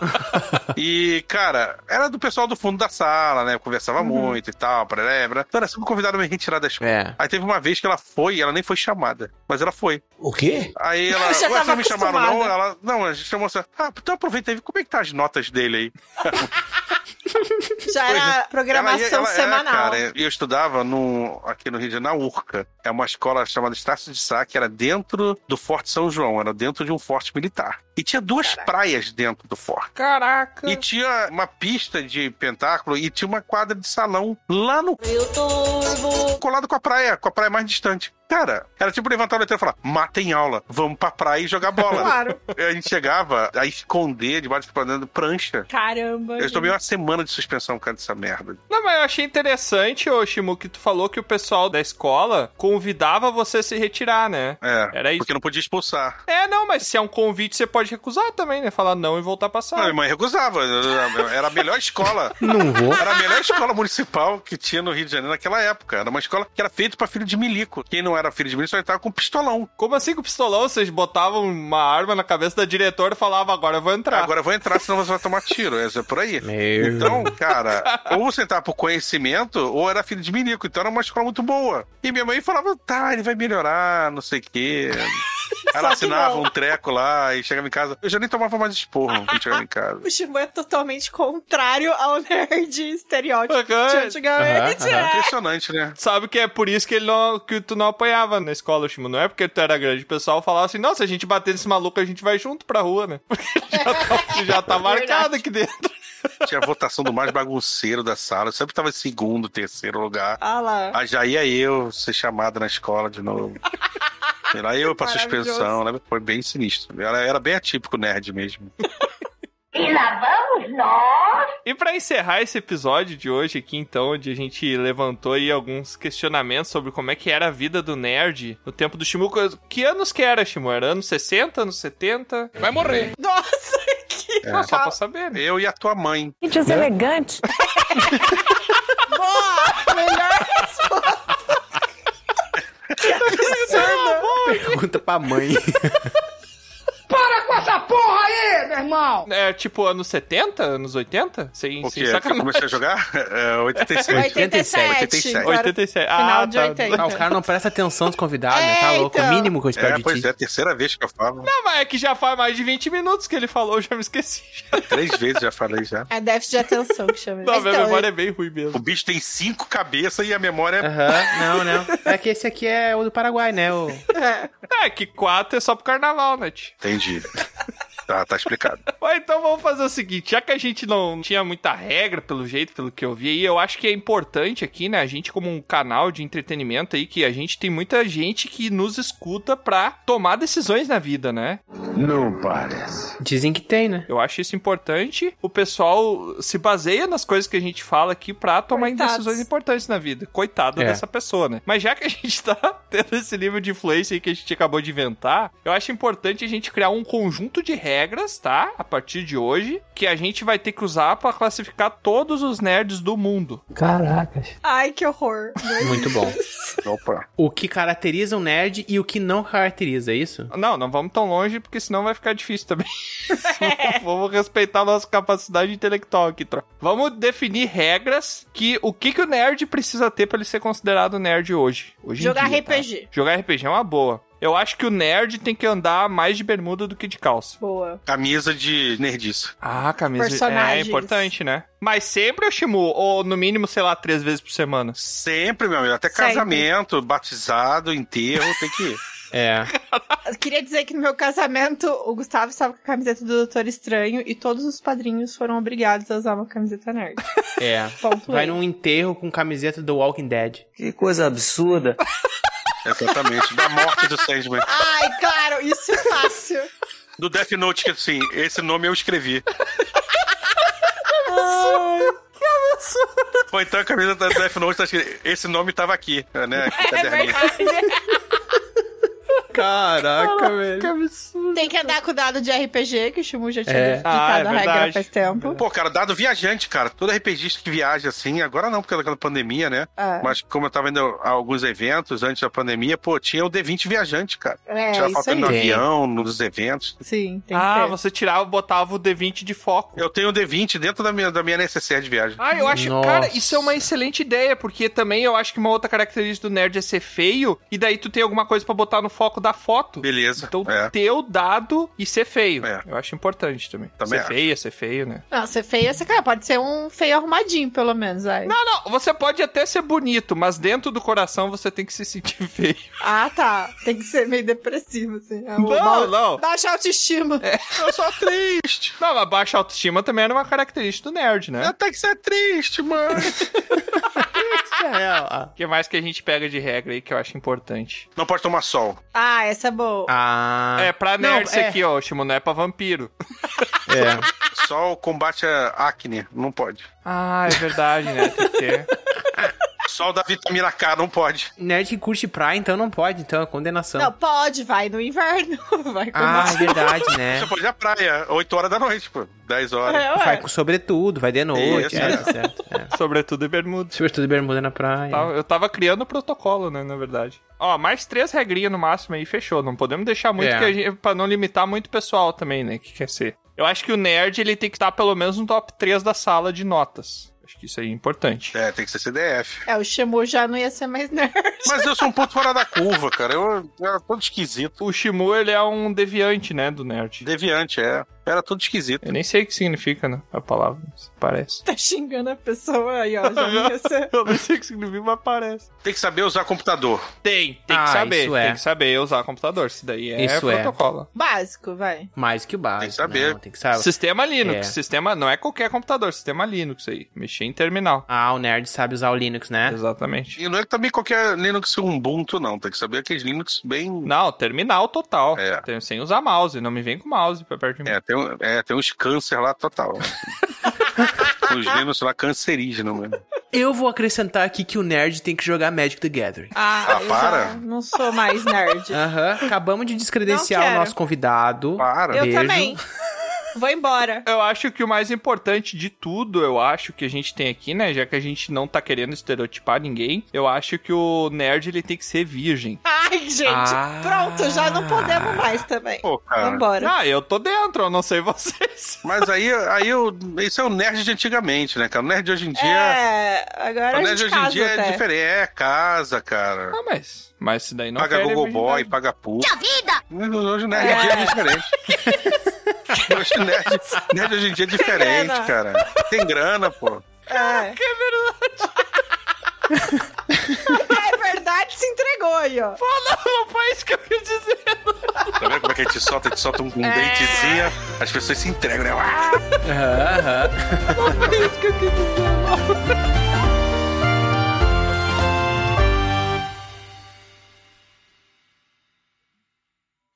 S5: E, cara, era do pessoal do fundo da sala, né? Eu Conversava muito e tal, parebra. Então era sempre convidado a me retirar da escola.
S2: É.
S5: Aí teve uma vez que ela foi, ela nem foi chamada, mas ela foi.
S16: O quê?
S5: Aí ela,
S1: Eu
S5: ué,
S1: já
S5: vocês não
S1: tava
S5: me chamaram não?
S1: acostumada.
S5: Ela, não, a gente chamou assim, ah, então aproveita aí, como é que tá as notas dele aí?
S1: Já era programação
S5: Ela ia- ela-
S1: semanal.
S5: É, cara, eu estudava no, aqui no Rio de Janeiro, na URCA. É uma escola chamada Estácio de Sá, que era dentro do Forte São João, era dentro de um forte militar. E tinha duas praias dentro do forte.
S3: Caraca.
S5: é- E tinha uma pista de pentáculo e tinha uma quadra de salão lá no
S11: Meu turbo.
S5: colado com a praia, com a praia mais distante. Cara, era tipo levantar o letreiro e falar: matem aula, vamos pra praia e jogar bola.
S1: Claro.
S5: A gente chegava a esconder debaixo do dentro prancha.
S3: Uhum.
S1: Caramba.
S5: Eu tomei uma semana de suspensão por causa dessa merda.
S3: Não, mas eu achei interessante, ô Shimu, que tu falou que o pessoal da escola convidava você a se retirar, né?
S5: É.
S3: Era isso.
S5: Porque não podia expulsar.
S3: É, não, mas se é um convite, você pode recusar também, né? Falar não e voltar pra
S5: Não, é-
S3: sala.
S5: minha mãe recusava. Era a melhor escola.
S3: Tá. Não vou.
S5: Era a melhor escola municipal que tinha no Rio de Janeiro naquela época. Era uma escola que era feita pra filho de milico. Quem não era filho de milico só estava com pistolão.
S3: Como assim com pistolão? Vocês botavam uma arma na cabeça da diretora e falavam, agora eu vou entrar.
S5: Agora eu vou entrar, senão você vai tomar tiro. É é por aí. Então, cara, ou você entrava por conhecimento, ou era filho de milico. Então era uma escola muito boa. E minha mãe falava, tá, ele vai melhorar, não sei o quê.
S1: Só
S5: Ela
S1: que
S5: assinava
S1: não.
S5: um treco lá e chegava em casa. Eu já nem tomava mais esporro quando chegava em casa.
S1: O Shimu é totalmente contrário ao nerd estereótipo de antigamente.
S5: Aham, aham.
S1: É.
S5: Impressionante, né?
S3: Sabe que é por isso que, ele não, que tu não apanhava na escola, Shimo. Não é porque tu era grande. O pessoal falava assim, nossa, a gente bater nesse maluco, a gente vai junto pra rua, né? Porque já tá, já tá marcado aqui dentro.
S5: Tinha a votação do mais bagunceiro da sala. Eu sempre tava em segundo, terceiro lugar.
S1: Ah lá.
S5: Aí já ia eu ser chamado na escola de novo. E Lá eu pra
S11: Maravilhoso.
S5: suspensão, né? Foi bem sinistro. Ela era bem atípico nerd mesmo.
S11: E lá vamos nós.
S3: E pra encerrar esse episódio de hoje aqui, então, onde a gente levantou aí alguns questionamentos sobre como é que era a vida do nerd no tempo do Shimu. Que anos que era, Shimu? Era anos 60, anos 70? Vai morrer.
S1: Nossa, que.
S3: É. Só pra saber, né?
S5: Eu e a tua mãe.
S1: Que deselegante. Boa! Melhor resposta. Que absurdo.
S2: Pergunta pra mãe.
S11: Para com essa porra aí, meu irmão.
S3: É tipo anos 70, anos 80? Sem,
S5: O
S3: sem
S5: que? Você
S3: sacanagem.
S5: comecei a jogar? É, 87.
S1: 87.
S3: 87. Ah,
S1: Final de
S3: tá.
S1: 80.
S2: Ah, o cara não presta atenção nos convidados, né? Tá
S1: É,
S2: louco.
S1: então.
S2: O mínimo que eu espero
S5: É,
S2: de
S5: pois
S2: ti.
S5: é, a terceira vez que eu falo.
S3: Não, mas é que já faz mais de 20 minutos que ele falou, eu já me esqueci.
S5: Três vezes já falei já.
S1: É déficit de atenção que chama.
S3: Não,
S1: Mas
S3: minha
S1: então,
S3: memória é bem ruim
S5: O
S3: mesmo.
S5: bicho tem cinco cabeças e a memória é.
S2: Não, não. É que esse aqui é o do Paraguai, né? O...
S3: É que 4 é só pro carnaval, né, tio?
S5: Entendi. Tá, tá explicado.
S3: Mas então vamos fazer o seguinte, já que a gente não tinha muita regra, pelo jeito, pelo que eu vi aí, eu acho que é importante aqui, né, a gente como um canal de entretenimento aí, que a gente tem muita gente que nos escuta pra tomar decisões na vida, né?
S2: Não parece. Dizem que tem, né?
S3: Eu acho isso importante. O pessoal se baseia nas coisas que a gente fala aqui pra tomar
S1: Coitados.
S3: decisões importantes na vida. Coitado
S2: É.
S3: dessa pessoa, né? Mas já que a gente tá tendo esse nível de influência aí que a gente acabou de inventar, eu acho importante a gente criar um conjunto de regras, tá? A partir de hoje, que a gente vai ter que usar pra classificar todos os nerds do mundo.
S2: Caracas.
S1: Ai, que horror.
S2: Muito bom.
S5: Opa.
S2: O que caracteriza um nerd e o que não caracteriza, é isso?
S3: Não, não vamos tão longe, porque senão vai ficar difícil também. vamos respeitar a nossa capacidade intelectual aqui, troca. Vamos definir regras que o que, que o nerd precisa ter pra ele ser considerado nerd hoje. hoje em
S1: Jogar
S3: dia, tá?
S1: RPG.
S3: Jogar RPG é uma boa. Eu acho que o nerd tem que andar mais de bermuda do que de calça.
S1: Boa.
S5: Camisa de nerdiça.
S3: Ah, camisa é
S1: Personagens.
S3: importante, né? Mas sempre, Shimu, ou no mínimo, sei lá, três vezes por semana.
S5: Sempre, meu amigo. Até
S1: Sempre.
S5: casamento, batizado, enterro, tem que ir.
S2: É.
S1: Eu queria dizer que no meu casamento, o Gustavo estava com a camiseta do Doutor Estranho e todos os padrinhos foram obrigados a usar uma camiseta nerd.
S2: É.
S1: Ponto
S2: Vai
S1: aí.
S2: num enterro com camiseta do Walking Dead.
S14: Que coisa absurda.
S5: Exatamente. Da morte do Sandman.
S1: Ai, claro, isso é fácil.
S5: Do Death Note, que assim, esse nome eu escrevi. Ou então a camisa da Death Note tá escrito, esse nome tava aqui, né? aqui no caderninho.
S2: Caraca, velho.
S1: Tem que andar com o dado de RPG, que o Shimu já tinha
S2: É.
S1: ditado
S3: Ah, é
S1: a regra
S3: verdade.
S1: faz tempo.
S5: Pô, cara, dado viajante, cara. Todo RPGista que viaja assim, agora não, por causa daquela pandemia, né?
S1: É.
S5: Mas como eu tava indo a alguns eventos antes da pandemia, pô, tinha o D20 viajante, cara.
S1: É,
S5: Tinha
S1: isso aí.
S5: faltando no
S2: aí.
S5: avião, nos eventos.
S1: Sim, tem
S3: Ah,
S1: que ter.
S3: você tirava, botava o D20 de foco.
S5: Eu tenho o D20 dentro da minha, da minha necessidade de viagem.
S3: Ah, eu acho.
S2: Nossa.
S3: Cara, isso é uma excelente ideia, porque também eu acho que uma outra característica do nerd é ser feio, e daí tu tem alguma coisa pra botar no foco da foto.
S5: Beleza.
S3: Então,
S5: É.
S3: ter o dado e ser feio.
S5: É.
S3: Eu acho importante também.
S5: Também
S3: ser
S5: acho.
S3: feio é ser feio, né?
S1: Não, ser feio é ser cara. Pode ser um feio arrumadinho, pelo menos. Aí.
S3: Não, não, você pode até ser bonito, mas dentro do coração você tem que se sentir feio.
S1: Ah, tá. Tem que ser meio depressivo, assim. É um
S3: Não, não. É.
S1: Baixa a autoestima.
S5: Eu sou triste.
S3: Não, mas baixa autoestima também era uma característica do nerd, né?
S5: Eu tenho que ser triste, mano.
S3: É, o que mais que a gente pega de regra aí que eu acho importante?
S5: Não pode tomar sol.
S1: Ah, essa é boa.
S3: Ah. É pra
S1: Não,
S3: nerds
S1: é.
S3: aqui, ó, Shimo, não é pra vampiro.
S5: É. Sol combate a acne, não pode.
S3: Ah, é verdade, né? Tem que ter.
S5: Sol da vitamina K, não pode.
S2: Nerd que curte praia, então não pode, então é condenação.
S1: Não, pode, vai no inverno. Vai com
S2: Ah,
S1: você.
S2: verdade, né?
S5: Você pode ir à praia, 8 horas da noite, pô. 10 horas.
S1: É, ué.
S2: Vai com sobretudo, vai de noite,
S5: Isso,
S2: é,
S5: é.
S2: tá certo.
S3: Sobretudo e bermuda.
S2: Sobretudo e bermuda na praia.
S3: Tava- Eu tava criando o protocolo, né, na verdade. Ó, mais três regrinhas no máximo aí, fechou. Não podemos deixar muito,
S2: É.
S3: que a gente, pra não limitar muito o pessoal também, né, que quer ser. Eu acho que o nerd, ele tem que estar pelo menos no top 3 da sala de notas. Acho que isso aí é importante.
S5: É, tem que ser CDF.
S1: É, o Shimu já não ia ser mais nerd.
S5: Mas eu sou um ponto fora da curva, cara. Eu era todo esquisito.
S3: O Shimu, ele é um deviante, né, do nerd.
S5: Deviante, é. Era todo esquisito.
S3: Eu nem sei o que significa, né, a palavra, mas parece.
S1: Tá xingando a pessoa aí, ó. Já não ia ser.
S3: Eu não sei o que significa, mas parece.
S5: Tem que saber usar computador.
S3: Tem, tem
S2: Ah,
S3: que saber.
S2: isso é.
S3: Tem que saber usar computador. Isso daí é
S2: Isso é.
S3: protocolo.
S1: Básico, vai.
S2: Mais que o básico. Tem que
S5: saber.
S2: tem que saber.
S3: Sistema Linux.
S2: É.
S3: Sistema não é qualquer computador, sistema Linux aí. Mexer em terminal.
S2: Ah, o nerd sabe usar o Linux, né?
S3: Exatamente.
S5: E não é também qualquer Linux Ubuntu, não. Tem que saber aqueles Linux bem.
S3: Não, terminal total. Tem- Sem usar mouse, não me vem com mouse pra perto de mim.
S5: É, tem, um- é, tem uns câncer lá total. Os Linux lá cancerígenos mesmo.
S2: Eu vou acrescentar aqui que o nerd tem que jogar Magic the Gathering.
S1: Ah,
S5: Ah,
S1: eu
S5: para.
S1: já não sou mais nerd.
S2: Aham, acabamos de
S1: Não
S2: descredenciar o
S1: quero.
S2: nosso convidado.
S5: Para.
S1: Eu
S2: Beijo.
S1: também. Vou embora.
S3: Eu acho que o mais importante de tudo, eu acho que a gente tem aqui, né? Já que a gente não tá querendo estereotipar ninguém, eu acho que o nerd ele tem que ser virgem.
S1: Ai, gente.
S2: Ah.
S1: Pronto, já não podemos mais também.
S5: Pô, um cara.
S1: Vambora.
S3: Ah, eu tô dentro, eu não sei vocês.
S5: Mas aí, aí eu, esse é o nerd de antigamente, né, cara? O nerd de hoje em dia.
S1: É, agora
S5: o
S1: a
S5: nerd
S1: gente
S5: hoje em
S1: casa
S5: dia
S1: até.
S5: é diferente. É, casa, cara.
S3: Ah, mas. Mas isso daí não
S5: paga
S3: fere a
S5: Google Boy,
S3: virgindade.
S5: paga puta.
S9: vida!
S5: Mas Hoje o nerd hoje em dia é diferente. Hoje o nerd, nerd hoje em dia é
S1: grana.
S5: diferente, cara. Tem grana, pô.
S1: É. é verdade, se entregou aí, ó.
S3: Não, foi isso que eu quis dizer.
S5: Tá vendo como é que a gente solta? A gente solta um, um dentezinho, as pessoas se entregam, né? Ah!
S2: Aham, aham.
S3: Não foi isso que eu quis dizer.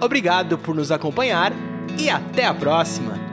S2: Obrigado por nos acompanhar e até a próxima!